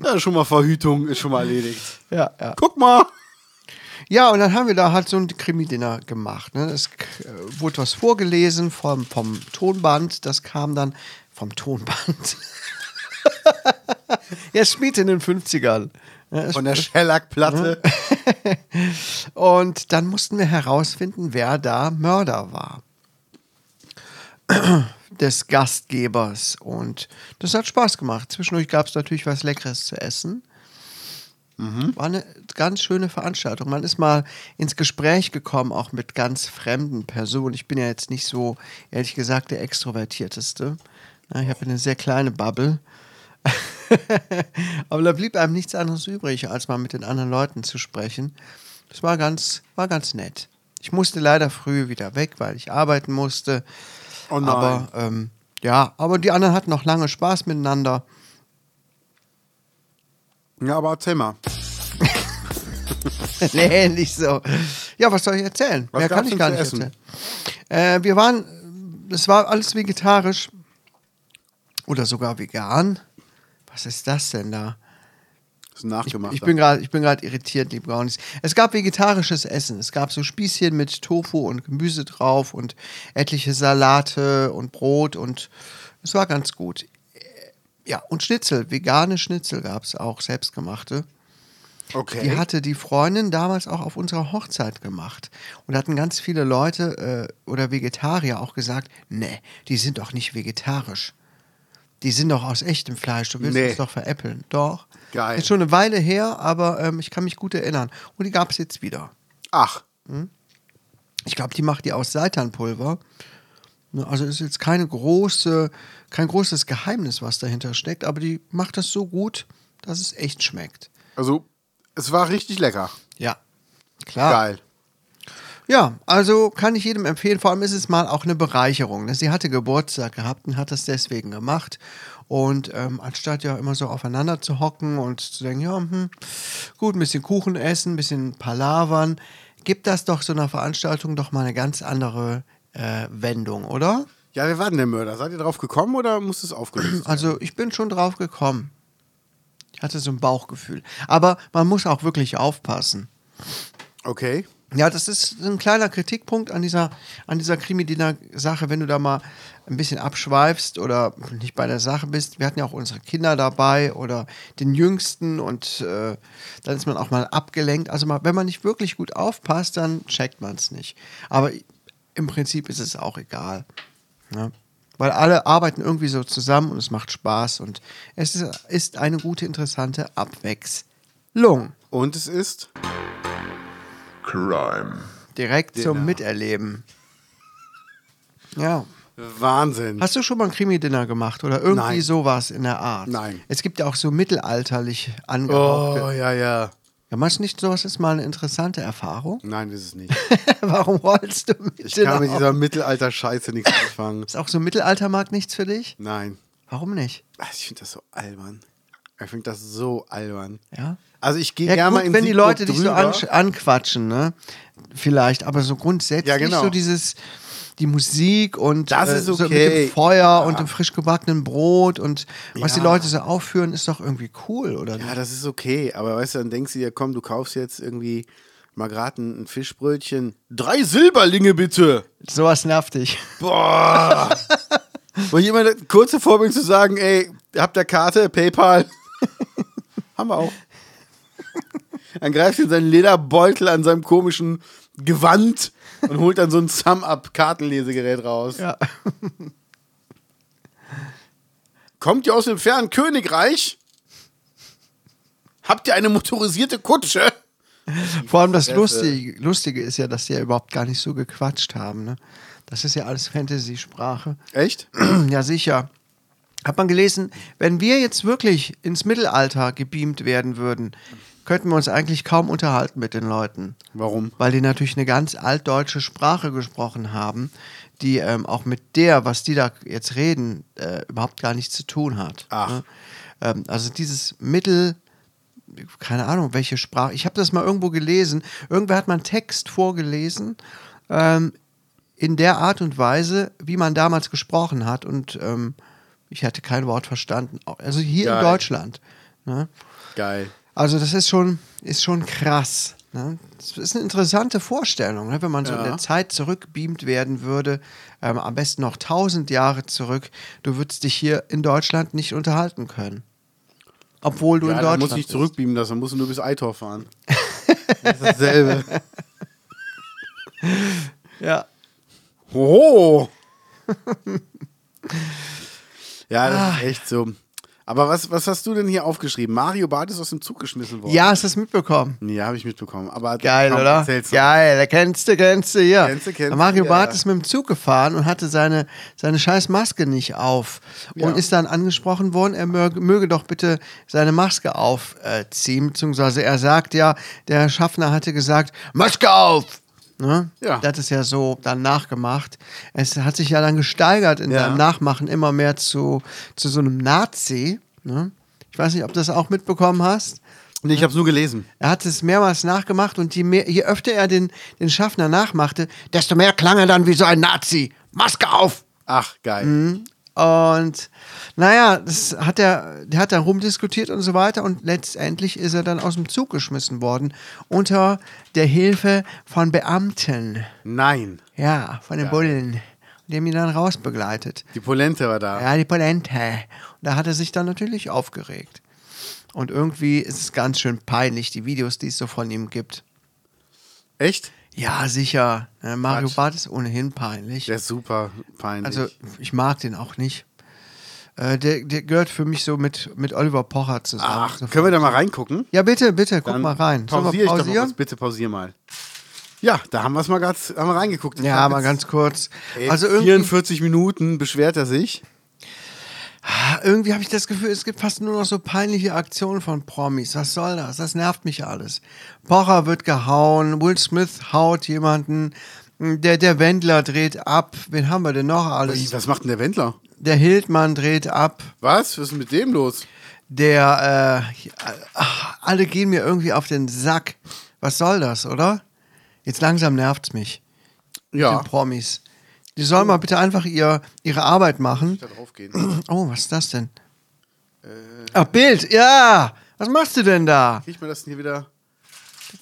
ja, schon mal Verhütung ist schon mal erledigt. ja, ja. Guck mal. Ja, und dann haben wir da halt so ein Krimi-Dinner gemacht. Ne? Es äh, wurde was vorgelesen vom, vom Tonband, das kam dann vom Tonband. Er spielt in den 50ern. Ja, er Von der Schellackplatte. Und dann mussten wir herausfinden, wer da Mörder war. Des Gastgebers. Und das hat Spaß gemacht. Zwischendurch gab es natürlich was Leckeres zu essen. War eine ganz schöne Veranstaltung. Man ist mal ins Gespräch gekommen, auch mit ganz fremden Personen. Ich bin ja jetzt nicht so, ehrlich gesagt, der Extrovertierteste. Na, ich habe eine sehr kleine Bubble. Aber da blieb einem nichts anderes übrig, als mal mit den anderen Leuten zu sprechen. Das war ganz, war ganz nett. Ich musste leider früh wieder weg, weil ich arbeiten musste. Oh nein. Aber ähm, ja, aber die anderen hatten noch lange Spaß miteinander. Ja, aber erzähl mal. nee, nicht so. Ja, was soll ich erzählen? Was Mehr kann gab's ich denn gar zu nicht essen? erzählen. Äh, wir waren, es war alles vegetarisch oder sogar vegan. Was ist das denn da? Das ist nachgemacht. Ich bin gerade, ich bin gerade irritiert, liebe Brownies. Es gab vegetarisches Essen. Es gab so Spießchen mit Tofu und Gemüse drauf und etliche Salate und Brot und es war ganz gut. Äh, Ja, und Schnitzel, vegane Schnitzel gab es auch, selbstgemachte. okay. Die hatte die Freundin damals auch auf unserer Hochzeit gemacht. Und da hatten ganz viele Leute äh, oder Vegetarier auch gesagt, nee, die sind doch nicht vegetarisch. Die sind doch aus echtem Fleisch, du willst Nee. uns doch veräppeln. Doch. Geil. Ist schon eine Weile her, aber ähm, ich kann mich gut erinnern. Und die gab es jetzt wieder. Ach, Ich glaube, die macht die aus Seitanpulver. Ne, Also ist jetzt keine große, kein großes Geheimnis, was dahinter steckt, aber die macht das so gut, dass es echt schmeckt. also es war richtig lecker. Ja. Klar. Geil. Ja, also kann ich jedem empfehlen. Vor allem ist es mal auch eine Bereicherung. ne? Sie hatte Geburtstag gehabt und hat das deswegen gemacht. Und ähm, anstatt ja immer so aufeinander zu hocken und zu denken, ja, hm, gut, ein bisschen Kuchen essen, ein bisschen Palavern, gibt das doch so einer Veranstaltung doch mal eine ganz andere äh, Wendung, oder? Ja, wer war denn der Mörder? Seid ihr drauf gekommen oder musst es aufgelöst? Also ich bin schon drauf gekommen. Ich hatte so ein Bauchgefühl. Aber man muss auch wirklich aufpassen. Okay. Ja, das ist ein kleiner Kritikpunkt an dieser, an dieser Krimi-Dinner-Sache, wenn du da mal ein bisschen abschweifst oder nicht bei der Sache bist. Wir hatten ja auch unsere Kinder dabei oder den Jüngsten und äh, dann ist man auch mal abgelenkt. Also mal, wenn man nicht wirklich gut aufpasst, dann checkt man es nicht. Aber im Prinzip ist es auch egal. Ne? Weil alle arbeiten irgendwie so zusammen und es macht Spaß und es ist, ist eine gute, interessante Abwechslung. Und es ist. Crime. Direkt zum Miterleben. Ja. Wahnsinn. Hast du schon mal ein Krimi-Dinner gemacht oder irgendwie Nein. sowas in der Art? Nein. Es gibt ja auch so mittelalterlich angehauchte. oh, ja, ja. Ja, meinst du nicht, sowas ist mal eine interessante Erfahrung? Nein, ist es nicht. Warum rollst du mit? Ich kann Genau. mit dieser Mittelalter-Scheiße nichts anfangen. ist auch so Mittelaltermarkt nichts für dich? Nein. Warum nicht? Ach, Ich finde das so albern. Ich finde das so albern. Ja? Also ich gehe Ja, gerne mal gut, in wenn die Siegburg Leute dich so drüber. ansch- anquatschen, ne? Vielleicht, aber so grundsätzlich Ja, genau. so dieses die Musik und äh, Das ist so mit okay. dem Feuer und dem frisch gebackenen Brot und was die Leute so aufführen, ist doch irgendwie cool, oder? Ja, nicht? das ist okay. Aber weißt du, dann denkst du dir, komm, du kaufst jetzt irgendwie mal gerade ein, ein Fischbrötchen. Drei Silberlinge bitte! Sowas nervt dich. Boah! Und jemand kurze Vorbildung zu sagen, ey, habt ihr Karte, PayPal? Haben wir auch. Dann greift in seinen Lederbeutel an seinem komischen Gewand und holt dann so ein Sum-Up-Kartenlesegerät raus. Ja. Kommt ihr aus dem fernen Königreich? Habt ihr eine motorisierte Kutsche? Vor allem das Fresse. Lustige, Lustige ist ja, dass die ja überhaupt gar nicht so gequatscht haben. Ne? Das ist ja alles Fantasy-Sprache. Echt? ja, sicher. Hat man gelesen, wenn wir jetzt wirklich ins Mittelalter gebeamt werden würden, könnten wir uns eigentlich kaum unterhalten mit den Leuten. Warum? Weil die natürlich eine ganz altdeutsche Sprache gesprochen haben, die ähm, auch mit der, was die da jetzt reden, äh, überhaupt gar nichts zu tun hat. Ach. Ne? Ähm, also dieses Mittel, keine Ahnung, welche Sprache. Ich habe das mal irgendwo gelesen. Irgendwer hat mal einen Text vorgelesen ähm, in der Art und Weise, wie man damals gesprochen hat. Und ähm, ich hatte kein Wort verstanden. Also hier Geil. in Deutschland. Ne? Geil. Also das ist schon, ist schon krass. Ne? Das ist eine interessante Vorstellung, ne? wenn man so in der Zeit zurückbeamt werden würde, ähm, am besten noch tausend Jahre zurück. Du würdest dich hier in Deutschland nicht unterhalten können. obwohl du in Ja, da Deutschland muss ich bist. zurückbeamen lassen, dann musst du nur bis Eitor fahren. Das ist dasselbe. Ja. Hoho! ja, Ah. das ist echt so. Aber was, was hast du denn hier aufgeschrieben? Mario Barth ist aus dem Zug geschmissen worden. ja, hast du es mitbekommen? Ja, habe ich mitbekommen. Aber Geil, komm, oder? erzähl's. Geil, da kennst du, kennst du hier. Kennst du, kennst du, Mario ja. Barth ist mit dem Zug gefahren und hatte seine, seine scheiß Maske nicht auf Ja. und ist dann angesprochen worden, er möge, möge doch bitte seine Maske aufziehen, beziehungsweise er sagt ja, der Herr Schaffner hatte gesagt, Maske auf! Ne? Ja. Das ist ja so dann nachgemacht. Es hat sich ja dann gesteigert in Ja. seinem Nachmachen immer mehr zu, zu so einem Nazi. Ne? Ich weiß nicht, ob du das auch mitbekommen hast. Nee, ich habe es nur gelesen. Er hat es mehrmals nachgemacht und je, mehr, je öfter er den, den Schaffner nachmachte, desto mehr klang er dann wie so ein Nazi. Maske auf! Ach, geil. Mhm. Und naja, das hat er, der hat da rumdiskutiert und so weiter und letztendlich ist er dann aus dem Zug geschmissen worden unter der Hilfe von Beamten. Nein, Ja, von den Bullen. Und die haben ihn dann rausbegleitet. die Polente war da. Ja, die Polente. Und da hat er sich dann natürlich aufgeregt. Und irgendwie ist es ganz schön peinlich, die Videos, die es so von ihm gibt. Echt? Ja, sicher. Äh, Mario Quatsch. Barth ist ohnehin peinlich. Der ist super peinlich. also, ich mag den auch nicht. Äh, der, der gehört für mich so mit, mit Oliver Pocher zusammen. Ach, So- können wir da mal reingucken? ja, bitte, bitte, guck Dann mal rein. Sollen wir Pausiere ich doch mal pausieren? was. Bitte pausier mal. Ja, da haben wir es mal grad, haben wir reingeguckt. Ich Ja, hab aber jetzt- ganz kurz. Ey, Also irgendwie, 44 Minuten beschwert er sich. Ah, irgendwie habe ich das Gefühl, es gibt fast nur noch so peinliche Aktionen von Promis. Was soll das? Das nervt mich alles. Pocher wird gehauen, Will Smith haut jemanden, der, der Wendler dreht ab. Wen haben wir denn noch alles? Was macht denn der Wendler? Der Hildmann dreht ab. Was? Was ist denn mit dem los? der, äh, ach, alle gehen mir irgendwie auf den Sack. Was soll das, oder? Jetzt langsam nervt's mich. Ja. Mit den Promis. Die sollen mal bitte einfach ihr, ihre Arbeit machen. Da drauf gehen. Oh, was ist das denn? Ach, Bild, ja! Was machst du denn da? Kriegt man das denn hier wieder?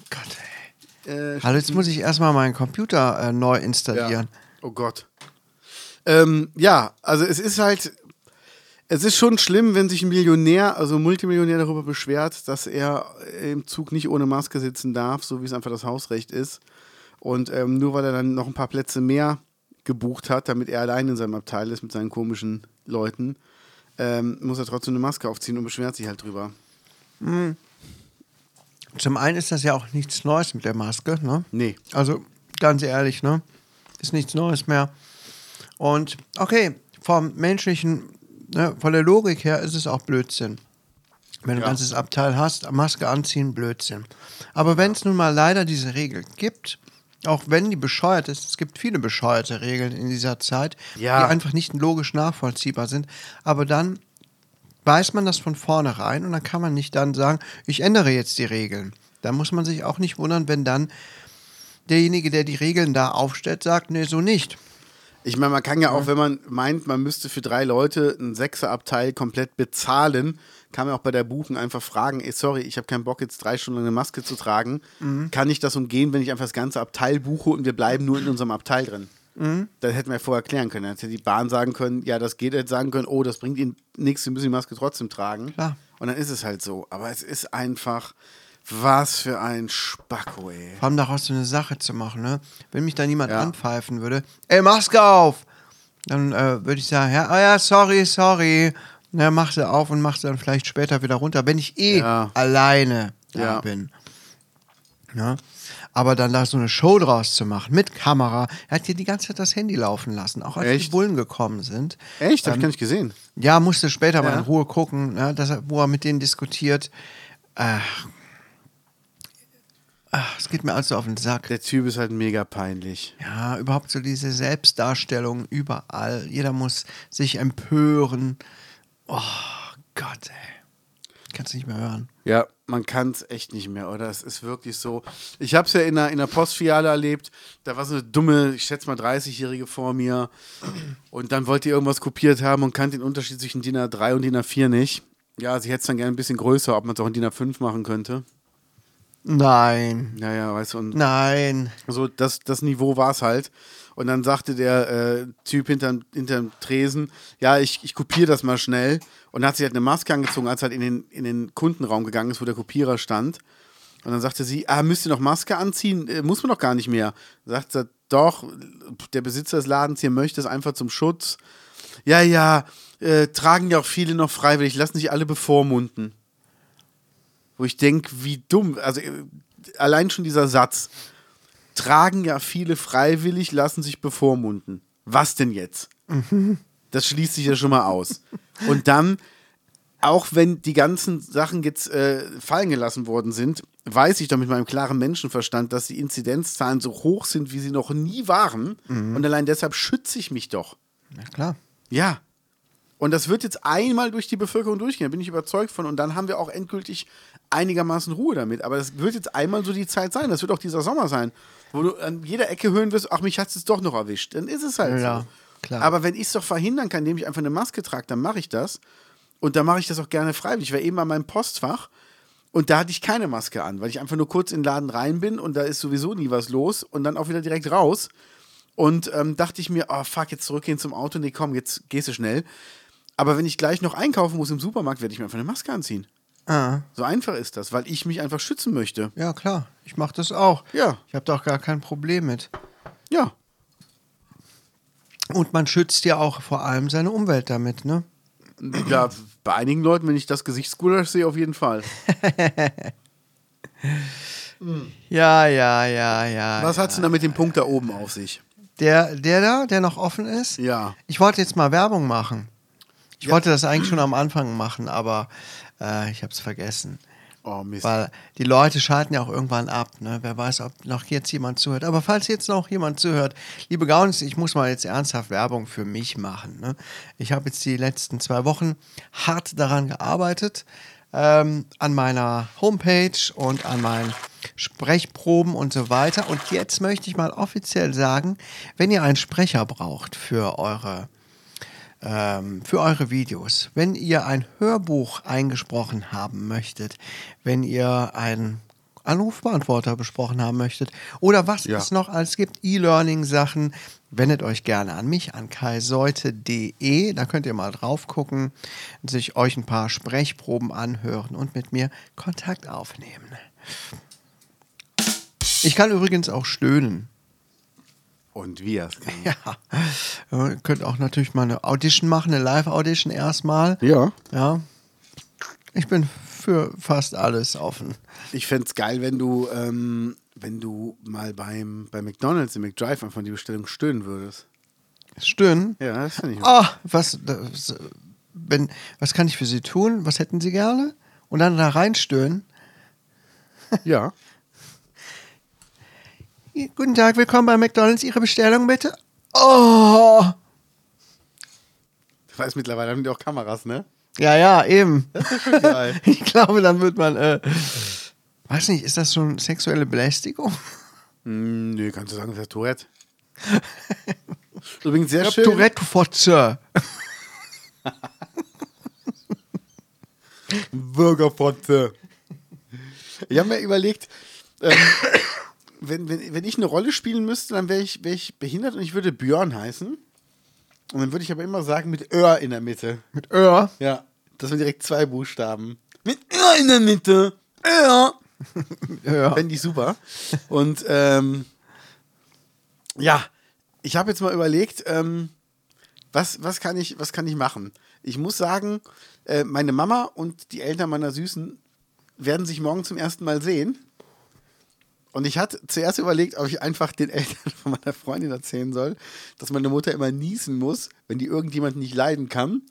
Gott, ey. Äh, Hallo, jetzt muss ich erstmal meinen Computer äh, neu installieren. Ja. Oh Gott. Ähm, ja, also es ist halt, es ist schon schlimm, wenn sich ein Millionär, also ein Multimillionär darüber beschwert, dass er im Zug nicht ohne Maske sitzen darf, so wie es einfach das Hausrecht ist. Und ähm, nur weil er dann noch ein paar Plätze mehr gebucht hat, damit er allein in seinem Abteil ist mit seinen komischen Leuten, ähm, muss er trotzdem eine Maske aufziehen und beschwert sich halt drüber. Zum einen ist das ja auch nichts Neues mit der Maske, ne? Nee. Also ganz ehrlich, ne? Ist nichts Neues mehr. Und okay, vom menschlichen, ne, von der Logik her ist es auch Blödsinn. Wenn du ein Ja. ganzes Abteil hast, Maske anziehen, Blödsinn. Aber wenn es nun mal leider diese Regel gibt, auch wenn die bescheuert ist, es gibt viele bescheuerte Regeln in dieser Zeit, Ja. die einfach nicht logisch nachvollziehbar sind, aber dann weiß man das von vornherein und dann kann man nicht dann sagen, ich ändere jetzt die Regeln. Da muss man sich auch nicht wundern, wenn dann derjenige, der die Regeln da aufstellt, sagt, nee, so nicht. Ich meine, man kann ja auch, wenn man meint, man müsste für drei Leute einen Sechserabteil komplett bezahlen, kann man auch bei der Buchen einfach fragen, ey, sorry, ich habe keinen Bock, jetzt drei Stunden lang eine Maske zu tragen. Kann ich das umgehen, wenn ich einfach das ganze Abteil buche und wir bleiben nur in unserem Abteil drin? Das hätten wir vorher klären können. Dann hätte die Bahn sagen können, ja, das geht, hätte sagen können, oh, das bringt ihnen nichts, sie müssen die Maske trotzdem tragen. Klar. Und dann ist es halt so. Aber es ist einfach, was für ein Spacko, ey. Vor allem daraus so eine Sache zu machen, ne? Wenn mich da niemand Ja. anpfeifen würde, ey, Maske auf! Dann äh, würde ich sagen, ja, ah ja, sorry, sorry. Na, mach sie auf und mach sie dann vielleicht später wieder runter, wenn ich eh Ja. alleine da Ja. bin. Ja? Aber dann da so eine Show draus zu machen, mit Kamera. Er hat hier die ganze Zeit das Handy laufen lassen, auch als die Echt? Bullen gekommen sind. Echt? Hab ich gar nicht gesehen. Ja, musste später mal Ja. in Ruhe gucken, ne, dass er, wo er mit denen diskutiert. Ach. Ach, es geht mir also auf den Sack. Der Typ ist halt mega peinlich. Ja, überhaupt so diese Selbstdarstellung überall. Jeder muss sich empören. Oh Gott, ey. Kannst nicht mehr hören. Ja, man kann es echt nicht mehr, oder? Es ist wirklich so. Ich habe es ja in einer, in einer Postfiliale erlebt. Da war so eine dumme, ich schätze mal 30-Jährige vor mir. Und dann wollte die irgendwas kopiert haben und kannte den Unterschied zwischen DIN A3 und DIN A4 nicht. Ja, sie hätte es dann gerne ein bisschen größer, ob man es auch in DIN A5 machen könnte. Nein. Naja, weißt du, und Nein. so das, das Niveau war es halt. Und dann sagte der äh, Typ hinterm, hinterm Tresen, ja, ich, ich kopiere das mal schnell. Und dann hat sie halt eine Maske angezogen, als er halt in den, in den Kundenraum gegangen ist, wo der Kopierer stand. Und dann sagte sie, ah, müsst ihr noch Maske anziehen? Äh, muss man doch gar nicht mehr. Sagt er, doch, pf, der Besitzer des Ladens hier möchte es einfach zum Schutz. Ja, ja, äh, tragen ja auch viele noch freiwillig, lassen sich alle bevormunden. Wo ich denke, wie dumm. Also äh, allein schon dieser Satz tragen ja viele freiwillig, lassen sich bevormunden. Was denn jetzt? Das schließt sich ja schon mal aus. Und dann, auch wenn die ganzen Sachen jetzt äh, fallen gelassen worden sind, weiß ich doch mit meinem klaren Menschenverstand, dass die Inzidenzzahlen so hoch sind, wie sie noch nie waren. Und allein deshalb schütze ich mich doch. Na klar. Ja. Und das wird jetzt einmal durch die Bevölkerung durchgehen, da bin ich überzeugt von. Und dann haben wir auch endgültig einigermaßen Ruhe damit. Aber das wird jetzt einmal so die Zeit sein. Das wird auch dieser Sommer sein, wo du an jeder Ecke hören wirst, ach, mich hat es jetzt doch noch erwischt. Dann ist es halt Ja, so. klar. Aber wenn ich es doch verhindern kann, indem ich einfach eine Maske trage, dann mache ich das. Und dann mache ich das auch gerne freiwillig. Ich war eben an meinem Postfach und da hatte ich keine Maske an, weil ich einfach nur kurz in den Laden rein bin und da ist sowieso nie was los und dann auch wieder direkt raus. Und ähm, dachte ich mir, oh fuck, jetzt zurückgehen zum Auto. Nee, komm, jetzt gehst du schnell. Aber wenn ich gleich noch einkaufen muss im Supermarkt, werde ich mir einfach eine Maske anziehen. Ah. So einfach ist das, weil ich mich einfach schützen möchte. Ja, klar. Ich mache das auch. Ja. Ich habe da auch gar kein Problem mit. Ja. Und man schützt ja auch vor allem seine Umwelt damit, ne? ja bei einigen Leuten, wenn ich das Gesichtsgulasch sehe, auf jeden Fall. Ja, ja, ja, ja. Was hat's denn da mit dem Punkt da oben auf sich? Der, der da, der noch offen ist? Ja. Ich wollte jetzt mal Werbung machen. Ich wollte das eigentlich schon am Anfang machen, aber äh, ich habe es vergessen. Oh Mist. Weil die Leute schalten ja auch irgendwann ab. Ne? Wer weiß, ob noch jetzt jemand zuhört. Aber falls jetzt noch jemand zuhört, liebe Gaunis, ich muss mal jetzt ernsthaft Werbung für mich machen. Ne? Ich habe jetzt die letzten zwei Wochen hart daran gearbeitet, ähm, an meiner Homepage und an meinen Sprechproben und so weiter. Und jetzt möchte ich mal offiziell sagen, wenn ihr einen Sprecher braucht für eure ähm, für eure Videos. Wenn ihr ein Hörbuch eingesprochen haben möchtet, wenn ihr einen Anrufbeantworter besprochen haben möchtet oder was Ja. es noch alles gibt, E-Learning-Sachen, wendet euch gerne an mich, an kaiseute.de. Da könnt ihr mal drauf gucken, sich euch ein paar Sprechproben anhören und mit mir Kontakt aufnehmen. Ich kann übrigens auch stöhnen. Und wie erst? Ja, ihr könnt auch natürlich mal eine Audition machen, eine Live-Audition erstmal. Ja. Ja. Ich bin für fast alles offen. Ich fände es geil, wenn du, ähm, wenn du mal beim, bei McDonalds im McDrive einfach die Bestellung stöhnen würdest. Stöhnen. Ja, das finde ich. Ah, was, das, wenn, was kann ich für Sie tun? Was hätten Sie gerne? Und dann da reinstöhnen. Ja. Guten Tag, willkommen bei McDonalds. Ihre Bestellung bitte. Oh. Ich weiß mittlerweile, haben die auch Kameras, ne? Ja, ja, eben. geil. Ich glaube, dann wird man. Äh, weiß nicht, ist das schon sexuelle Belästigung? Hm, nee, kannst du sagen, das ist Tourette. Übrigens sehr schön. Tourette-Fotze. Bürgerfotze. Ich habe mir überlegt, ähm, wenn, wenn, wenn ich eine Rolle spielen müsste, dann wäre ich, wär ich behindert und ich würde Björn heißen. Und dann würde ich aber immer sagen, mit Ör in der Mitte. Mit Öhr. Ja, das sind direkt zwei Buchstaben. Mit Ör in der Mitte. Ör. Ja. Fände ich super. Und ähm, ja, ich habe jetzt mal überlegt, ähm, was, was, kann ich, was kann ich machen? Ich muss sagen, äh, meine Mama und die Eltern meiner Süßen werden sich morgen zum ersten Mal sehen. Und ich hatte zuerst überlegt, ob ich einfach den Eltern von meiner Freundin erzählen soll, dass meine Mutter immer niesen muss, wenn die irgendjemanden nicht leiden kann.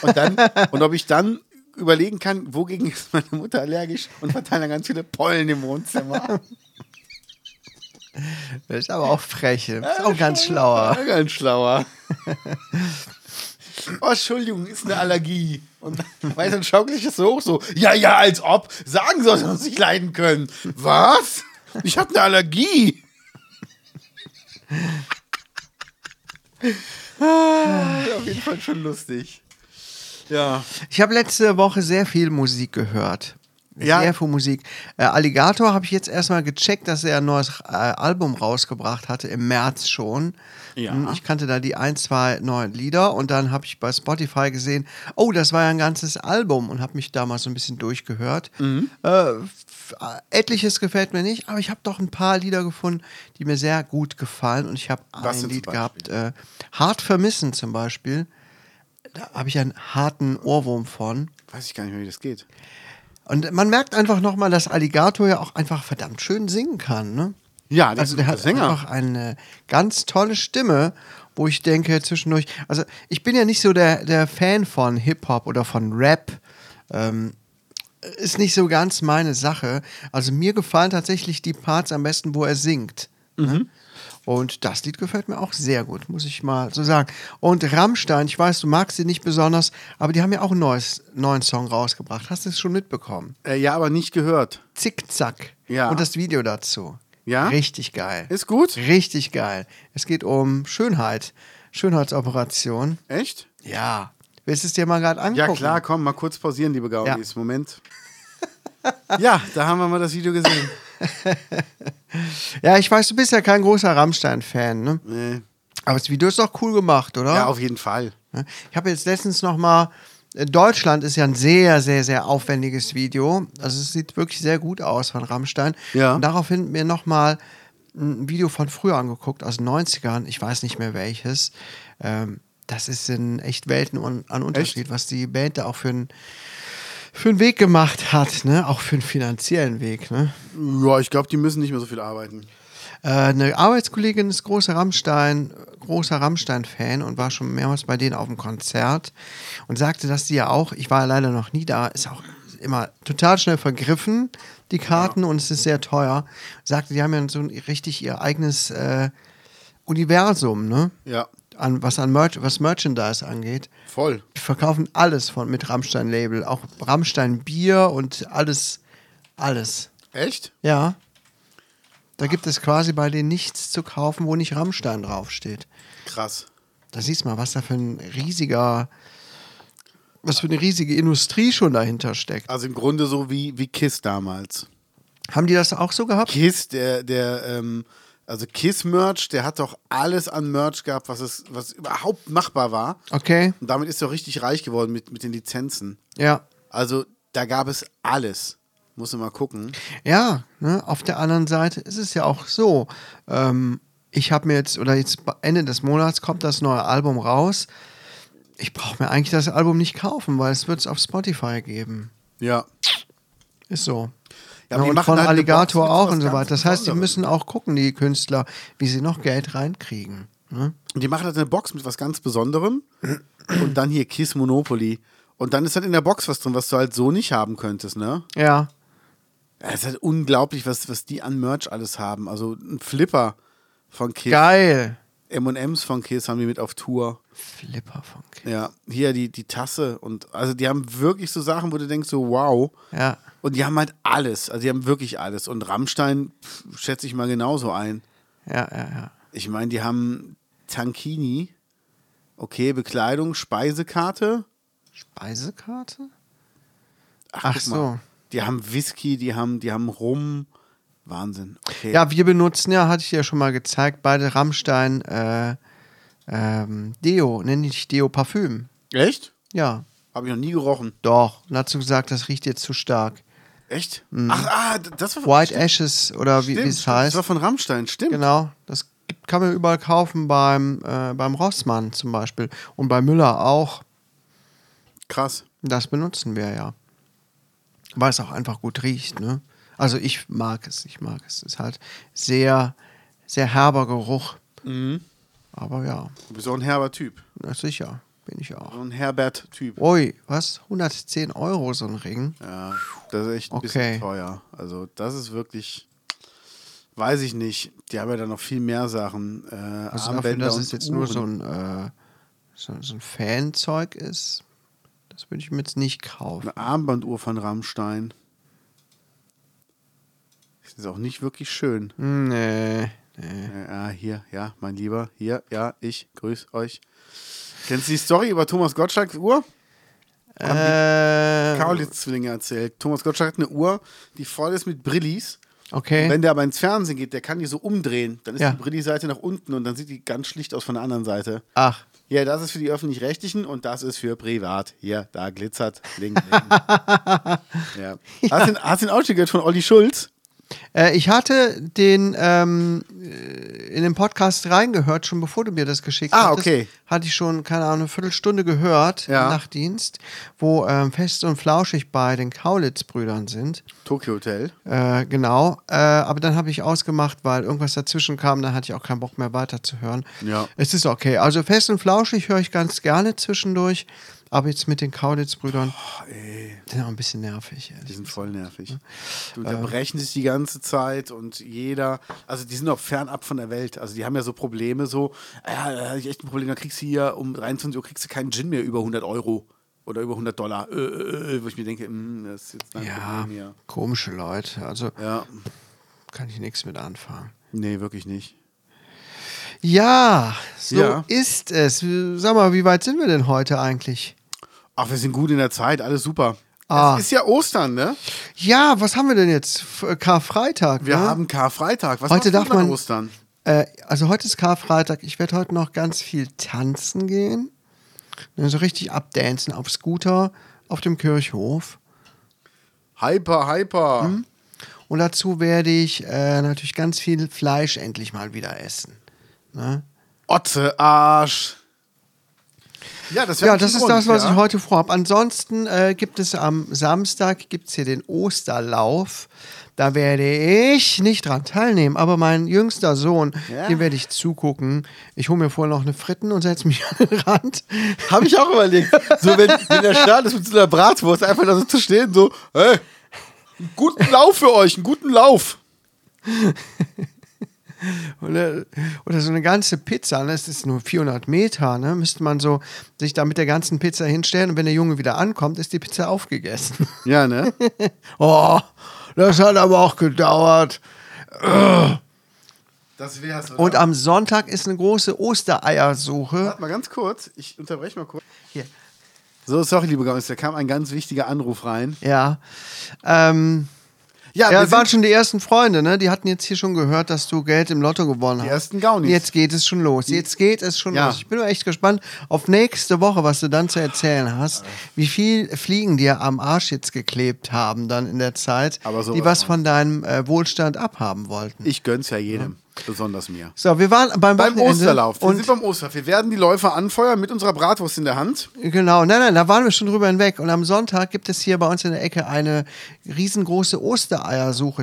Und, dann, und ob ich dann überlegen kann, wogegen ist meine Mutter allergisch und verteilen dann ganz viele Pollen im Wohnzimmer. Das ist aber auch freche. Das ist auch ganz schlauer. Ja, ganz schlauer. Oh, Entschuldigung, ist eine Allergie. Und weißt du, dann schaukel ich das so hoch so. Ja, ja, als ob. Sagen soll, dass sie nicht leiden können. Was? Ich habe eine Allergie. Ah, auf jeden Fall schon lustig. Ja. Ich habe letzte Woche sehr viel Musik gehört. Ja. Ja. Sehr viel Musik. Äh, Alligator habe ich jetzt erstmal gecheckt, dass er ein neues äh, Album rausgebracht hatte, im März schon. Ja. Hm, Ich kannte da die ein, zwei neuen Lieder und dann habe ich bei Spotify gesehen, oh, das war ja ein ganzes Album und habe mich damals so ein bisschen durchgehört. Mhm. Äh, f- äh, etliches gefällt mir nicht, aber ich habe doch ein paar Lieder gefunden, die mir sehr gut gefallen und ich habe Was ein denn zum Lied Beispiel? gehabt, äh, Hart vermissen zum Beispiel. Da habe ich einen harten Ohrwurm von. Weiß ich gar nicht mehr, wie das geht. Und man merkt einfach nochmal, dass Alligator ja auch einfach verdammt schön singen kann. Ne? Ja, der also ist der ein hat guter Sänger. einfach eine ganz tolle Stimme, wo ich denke zwischendurch, also ich bin ja nicht so der, der Fan von Hip-Hop oder von Rap. Ähm, ist nicht so ganz meine Sache. Also mir gefallen tatsächlich die Parts am besten, wo er singt. Mhm. Ne? Und das Lied gefällt mir auch sehr gut, muss ich mal so sagen. Und Rammstein, ich weiß, du magst sie nicht besonders, aber die haben ja auch einen neues, neuen Song rausgebracht. Hast du es schon mitbekommen? Äh, ja, aber nicht gehört. Zickzack. Ja. Und das Video dazu. Ja? Richtig geil. Ist gut? Richtig geil. Es geht um Schönheit. Schönheitsoperation. Echt? Ja. Willst du es dir mal gerade angucken? Ja, klar, komm, mal kurz pausieren, liebe Gaudis. Ja. Moment. ja, da haben wir mal das Video gesehen. Ja, ich weiß, du bist ja kein großer Rammstein-Fan, ne? Nee. Aber das Video ist doch cool gemacht, oder? Ja, auf jeden Fall. Ne? Ich habe jetzt letztens noch mal äh, Deutschland ist ja ein sehr, sehr, sehr aufwendiges Video. Also es sieht wirklich sehr gut aus von Rammstein. Ja. Und daraufhin mir noch mal ein Video von früher angeguckt, aus den 90ern. Ich weiß nicht mehr welches. Ähm, das ist in echt Welten un- an Unterschied, was die Band da auch für einen für einen Weg gemacht hat, ne? Auch für einen finanziellen Weg, ne? Ja, ich glaube, die müssen nicht mehr so viel arbeiten. Äh, eine Arbeitskollegin ist großer Rammstein, großer Rammstein-Fan und war schon mehrmals bei denen auf dem Konzert und sagte, dass die ja auch, ich war ja leider noch nie da, ist auch immer total schnell vergriffen, die Karten, und es ist sehr teuer. Sagte, die haben ja so ein, richtig ihr eigenes äh, Universum, ne? Ja, An, was, an Merch, was Merchandise angeht. voll. Die verkaufen alles von, mit Rammstein-Label, auch Rammstein-Bier und alles, alles. Echt? Ja. Da gibt es quasi bei denen nichts zu kaufen, wo nicht Rammstein draufsteht. Krass. Da siehst du mal, was da für ein riesiger, was für eine riesige Industrie schon dahinter steckt. Also im Grunde so wie, wie Kiss damals. Haben die das auch so gehabt? Kiss, der, der, ähm, also Kiss-Merch, der hat doch alles an Merch gehabt, was, es, was überhaupt machbar war. Okay, Und damit ist er richtig reich geworden mit, mit den Lizenzen. ja. Also da gab es alles. Muss man mal gucken. Ja, ne? auf der anderen Seite ist es ja auch so. Ähm, ich habe mir jetzt, oder jetzt be- Ende des Monats kommt das neue Album raus. Ich brauche mir eigentlich das Album nicht kaufen, weil es wird es auf Spotify geben. Ja. Ist so. Ja, Ja, aber die und machen von halt eine Alligator Box mit auch was und so ganz weiter. Das heißt, die Besonderem. müssen auch gucken, die Künstler, wie sie noch Geld reinkriegen. Ne? Und die machen halt eine Box mit was ganz Besonderem. Und dann hier Kiss Monopoly. Und dann ist halt in der Box was drin, was du halt so nicht haben könntest, ne? Ja. Ja, Es ist halt unglaublich, was, was die an Merch alles haben. Also ein Flipper von Kiss, Geil. MMs von Kiss haben die mit auf Tour. Flipper von Kiss. Ja, hier die, die Tasse. Und also die haben wirklich so Sachen, wo du denkst, so wow. Ja. Und die haben halt alles. Also die haben wirklich alles. Und Rammstein pf, schätze ich mal genauso ein. Ja, ja, ja. Ich meine, die haben Tankini. Okay, Bekleidung, Speisekarte. Speisekarte? Ach guck so. Die haben Whisky, die haben, die haben Rum. Wahnsinn. Okay. Ja, wir benutzen ja, hatte ich ja schon mal gezeigt, beide Rammstein äh, ähm, Deo, nenne ich Deo Parfüm. Echt? Ja, Habe ich noch nie gerochen. doch. Und dazu gesagt, das riecht jetzt zu stark. Echt? Ach, ah, d- das war von Mhm. White Ashes oder wie wie stimmt, es stimmt, Das heißt. war von Rammstein, stimmt. Genau, das gibt- kann man überall kaufen beim, äh, beim Rossmann zum Beispiel und bei Müller auch. Krass. Das benutzen wir ja. Weil es auch einfach gut riecht, ne? Also ich mag es, ich mag es. Es ist halt sehr, sehr herber Geruch. Mhm. Aber ja, Du bist auch ein herber Typ. na sicher, bin ich auch. So ein Herbert-Typ. Ui, was? 110 Euro so ein Ring? Ja, das ist echt ein Okay. bisschen teuer. Also, das ist wirklich. Weiß ich nicht. Die haben ja dann noch viel mehr Sachen. Äh, Also dafür, Armbänder dass und es jetzt Uhren. nur so ein, äh, so, so ein Fanzeug ist, das würde ich mir jetzt nicht kaufen. Eine Armbanduhr von Rammstein. Das ist auch nicht wirklich schön. Nee, nee. Äh, ah, hier, ja, mein Lieber. Hier, ja, ich grüß euch. Kennst du die Story über Thomas Gottschalks Uhr? Äh, Kaulitz-Zwillinge erzählt. Thomas Gottschalk hat eine Uhr, die voll ist mit Brillis. okay. Wenn der aber ins Fernsehen geht, der kann die so umdrehen. Dann ist Ja. die Brilli-Seite nach unten und dann sieht die ganz schlicht aus von der anderen Seite. Ach, Ja, das ist für die Öffentlich-Rechtlichen und das ist für privat. Hier, da glitzert. Link, link. ja. Hast du den, hast den Audio gehört von Olli Schulz? äh, ich hatte den ähm, äh, in den Podcast reingehört, schon bevor du mir das geschickt Ah, hattest. okay. Hatte ich schon, keine Ahnung, eine Viertelstunde gehört Ja. im Nachtdienst, wo ähm, fest und flauschig bei den Kaulitz-Brüdern sind. Tokyo Hotel. Äh, genau, äh, aber dann habe ich ausgemacht, weil irgendwas dazwischen kam, dann hatte ich auch keinen Bock mehr weiterzuhören. Ja. Es ist okay. Also fest und flauschig höre ich ganz gerne zwischendurch, aber jetzt mit den Kaulitz-Brüdern, die sind auch ein bisschen nervig. Die Ehrlich. sind voll nervig. Die Äh. unterbrechen sich die ganze Zeit und jeder, also die sind auch fernab von der Welt. Also die haben ja so Probleme, so, "Ah ja, da hab ich echt ein Problem, da kriegst du hier um 23 Uhr kriegst du keinen Gin mehr über 100 Euro oder über 100 Dollar. Äh, äh, äh, wo ich mir denke, mm, das ist jetzt ein Ja, Problem hier. komische Leute, also Ja, kann ich nichts mit anfangen. nee, wirklich nicht. Ja, so Ja. ist es. Sag mal, wie weit sind wir denn heute eigentlich? Ach, wir sind gut in der Zeit, alles super. Ah. Es ist ja Ostern, ne? Ja, was haben wir denn jetzt? F äh, Karfreitag. Wir ne? haben Karfreitag. Was Heute machst darf du an man. Ostern? Äh, also heute ist Karfreitag. Ich werde heute noch ganz viel tanzen gehen. Ne, So richtig abdancen auf Scooter auf dem Kirchhof. Hyper, hyper. Hm? Und dazu werde ich äh, natürlich ganz viel Fleisch endlich mal wieder essen. Ne? Otze, Arsch. Ja, das, wär Ja, ein das ist Grund, das, was ja. ich heute vorhabe. Ansonsten äh, gibt es am Samstag gibt's hier den Osterlauf. Da werde ich nicht dran teilnehmen, aber mein jüngster Sohn, Ja. dem werde ich zugucken. Ich hole mir vorher noch eine Fritten und setze mich an den Rand. Habe ich auch überlegt. So, wenn, wenn der Start ist mit so einer Bratwurst, einfach da so zu stehen, so, hey, einen guten Lauf für euch, einen guten Lauf. Oder, oder so eine ganze Pizza, ne? das ist nur 400 Meter, ne? müsste man so sich da mit der ganzen Pizza hinstellen und wenn der Junge wieder ankommt, ist die Pizza aufgegessen. Ja, ne? oh, das hat aber auch gedauert. Das wär's. Oder? Und am Sonntag ist eine große Ostereiersuche. Warte mal ganz kurz, ich unterbreche mal kurz. Hier. So, sorry, liebe Gaunis, da kam ein ganz wichtiger Anruf rein. Ja. Ähm, Ja, ja, wir das waren sind- schon die ersten Freunde, ne? Die hatten jetzt hier schon gehört, dass du Geld im Lotto gewonnen hast. ersten Gaunis. Jetzt geht es schon los. Jetzt geht es schon Ja. los. Ich bin nur echt gespannt auf nächste Woche, was du dann zu erzählen hast. Wie viel Fliegen dir am Arsch jetzt geklebt haben dann in der Zeit, Aber sowas die was von. von deinem äh, Wohlstand abhaben wollten. Ich gönn's ja jedem, besonders mir. So, wir waren beim, Beim Wochenende Osterlauf. Wir sind Und beim Osterlauf. Wir werden die Läufer anfeuern mit unserer Bratwurst in der Hand. genau, nein, nein, da waren wir schon drüber hinweg. Und am Sonntag gibt es hier bei uns in der Ecke eine riesengroße Ostereiersuche.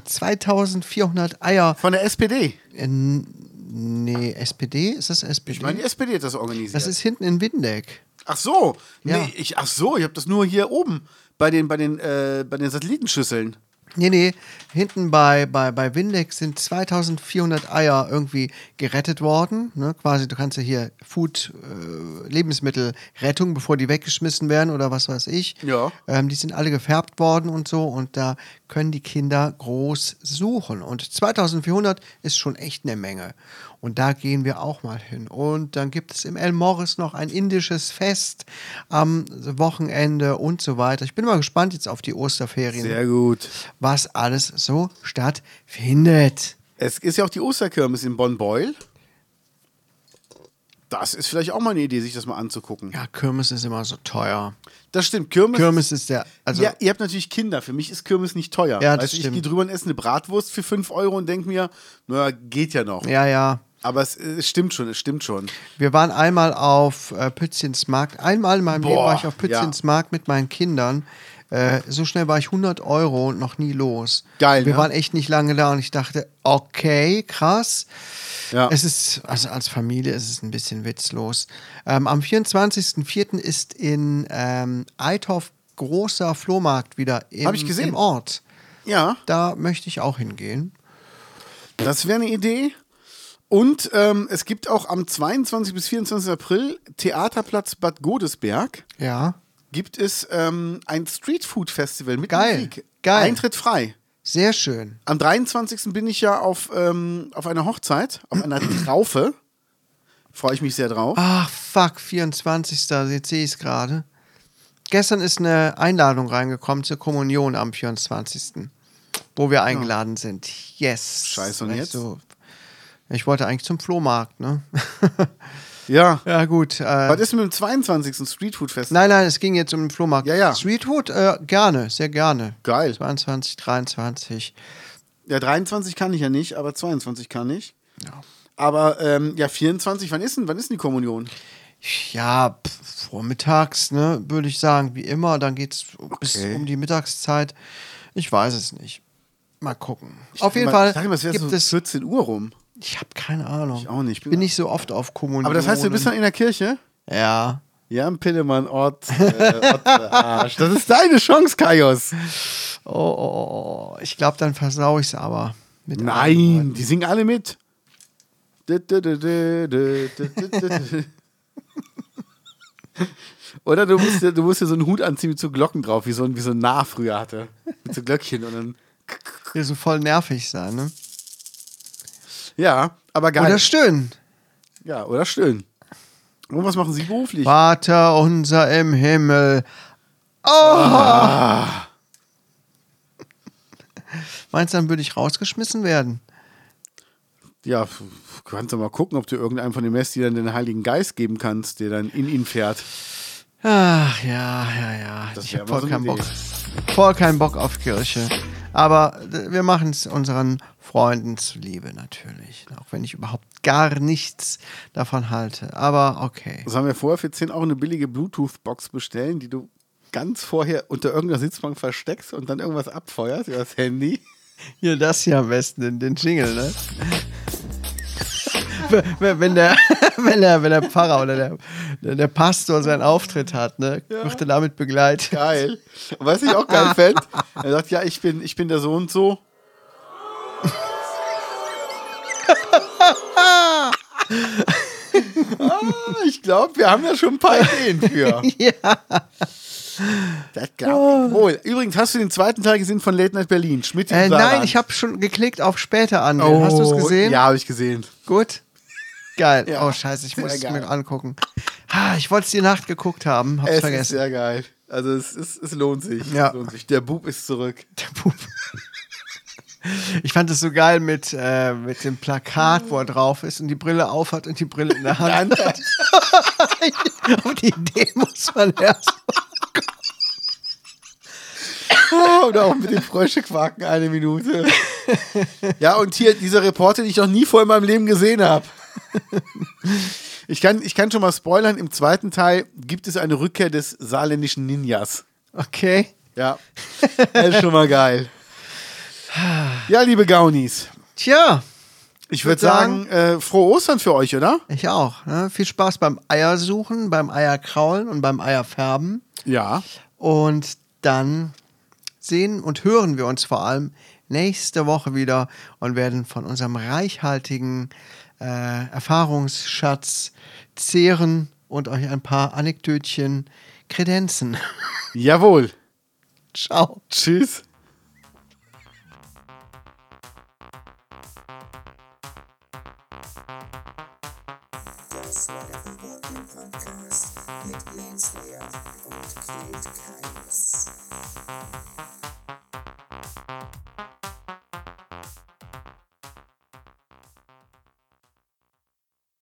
2400 Eier. Von der SPD. Nee, SPD? Ist das SPD? Ich meine, die SPD hat das organisiert. das ist hinten in Windeck. Ach so, nee, Ja. ich, ach so, ich habe das nur hier oben bei den, bei den, äh, bei den Satellitenschüsseln. Nee, nee, hinten bei, bei, bei Windex sind 2400 Eier irgendwie gerettet worden. Ne? Quasi, du kannst ja hier Food, äh, Lebensmittelrettung, bevor die weggeschmissen werden oder was weiß ich. Ja. Ähm, die sind alle gefärbt worden und so und da können die Kinder groß suchen. Und 2400 ist schon echt eine Menge. Und da gehen wir auch mal hin. Und dann gibt es im El Morris noch ein indisches Fest am Wochenende und so weiter. Ich bin mal gespannt jetzt auf die Osterferien gut. was alles so stattfindet. Es ist ja auch die Osterkirmes in Bonn-Beul. Das ist vielleicht auch mal eine Idee, sich das mal anzugucken. Ja, Kirmes ist immer so teuer. Das stimmt, Kirmes. Kirmes ist der, also ja, ihr habt natürlich Kinder. Für mich ist Kirmes nicht teuer. Ja, das Weißt du, ich stimmt. gehe drüber und esse eine Bratwurst für 5 Euro und denke mir, naja, geht ja noch. ja, ja. Aber es, es stimmt schon, es stimmt schon. Wir waren einmal auf äh, Pützchens Markt. Einmal in meinem Leben Boah, war ich auf ja. Pützchens Markt mit meinen Kindern. Äh, so schnell war ich 100 Euro und noch nie los. Geil, Wir ne? waren echt nicht lange da und ich dachte, okay, krass. Ja. Es ist, also als Familie ist es ein bisschen witzlos. Ähm, am 24.04. ist in ähm, Eitorf großer Flohmarkt wieder im, Hab ich gesehen. im Ort. ja. Da möchte ich auch hingehen. Das wäre eine Idee. Und ähm, es gibt auch am 22 bis 24 April Theaterplatz Bad Godesberg. Ja. Gibt es ähm, ein Streetfood-Festival mit Geil, Musik. geil. Eintritt frei. Sehr schön. Am 23. bin ich ja auf, ähm, auf einer Hochzeit, auf einer Traufe. Freue ich mich sehr drauf. Ach, fuck, 24. Jetzt sehe ich es gerade. Gestern ist eine Einladung reingekommen zur Kommunion am 24., wo wir eingeladen sind. Yes. Scheiße, und Recht jetzt? so. Ich wollte eigentlich zum Flohmarkt, ne? Ja. ja, gut. Äh, Was ist mit dem 22. Streetfood-Fest? Nein, nein, es ging jetzt um den Flohmarkt. Ja, ja. Streetwood, äh, gerne, sehr gerne. Geil. 22, 23. Ja, 23 kann ich ja nicht, aber 22 kann ich. Aber ähm, ja, 24, wann ist denn, wann ist denn die Kommunion? Ja, pf, vormittags, ne, würde ich sagen, wie immer. Dann geht es bis Okay. um die Mittagszeit. Ich weiß es nicht. Mal gucken. Auf jeden Mal- Fall Ich sag immer, es wäre gibt so es. 14 Uhr rum. Ich habe keine Ahnung. Ich auch nicht. Bin, nicht so oft auf Kommunen. Aber das heißt, du bist dann in der Kirche? Ja. Ja, im Pillemann, Ort, äh, Ort der Arsch. Das ist deine Chance, Kaios. Oh, oh, oh, oh. ich glaube, dann versau ich es aber. Mit allen Leuten. Nein, die singen alle mit. Dü, dü, dü, dü, dü, dü, dü, dü. Oder du musst, dir, du musst dir so einen Hut anziehen mit so Glocken drauf, wie so ein, wie so ein Nah früher hatte. Mit so Glöckchen und dann. Ja, so voll nervig sein, ne? Ja, aber geil. Oder stöhnen. ja, oder schön. Und was machen sie beruflich? Vater unser im Himmel. Oh! Ah. Meinst du, dann würde ich rausgeschmissen werden? Ja, f- f- kannst du mal gucken, ob du irgendeinem von den Messdienern den Heiligen Geist geben kannst, der dann in ihn fährt. Ach ja, ja, ja. Das ich wär habe mal voll so eine keinen Bock. Idee. Voll keinen Bock auf Kirche. Aber äh, wir machen es unseren Freunden zuliebe natürlich. Auch wenn ich überhaupt gar nichts davon halte. Aber okay. Sollen wir vorher für 10 Euro eine billige Bluetooth-Box bestellen, die du ganz vorher unter irgendeiner Sitzbank versteckst und dann irgendwas abfeuerst über das Handy? Hier das hier am besten, den, den Jingle, ne? W- w- wenn der, wenn der, wenn der Pfarrer oder der, der, der Pastor seinen Auftritt hat, ne, wird er damit begleitet. Geil. Und was ich auch Ah. geil fände, er sagt, ja, ich bin, ich bin der so und so. ah, ich glaube, wir haben ja schon ein paar Ideen für. Ja. Oh. Das glaub ich wohl. Übrigens, hast du den zweiten Teil gesehen von Late Night Berlin? Schmidt Äh, nein, ich habe schon geklickt auf später an. Hast du es gesehen? Ja, habe ich gesehen. Gut. Geil. Ja. Oh, scheiße, ich muss Sehr es geil. mir angucken. Ha, ich wollte es die Nacht geguckt haben, hab's Es ist vergessen. sehr geil. Also es, es, es lohnt sich. Ja. Es lohnt sich. Der Bub ist zurück. Der Bub. Ich fand es so geil mit, äh, mit dem Plakat, wo er drauf ist und die Brille auf hat und die Brille in der Hand hat. Auf die Idee muss man erst. Oder auch mit dem Fröschequaken eine Minute. ja, und hier dieser Reporter, den ich noch nie vor in meinem Leben gesehen habe. Ich kann, ich kann schon mal spoilern, im zweiten Teil gibt es eine Rückkehr des saarländischen Ninjas. Okay. Ja, das ist schon mal geil. Ja, liebe Gaunis, Tja, ich würde sagen, äh, frohe Ostern für euch, oder? ich auch. Ne? Viel Spaß beim Eiersuchen, beim Eierkraulen und beim Eierfärben. Ja. Und dann sehen und hören wir uns vor allem nächste Woche wieder und werden von unserem reichhaltigen äh, Erfahrungsschatz zehren und euch ein paar Anekdötchen kredenzen. Jawohl. Ciao. Tschüss. Das war der Boardgame Podcast mit Jens Lehr und Kate Keines.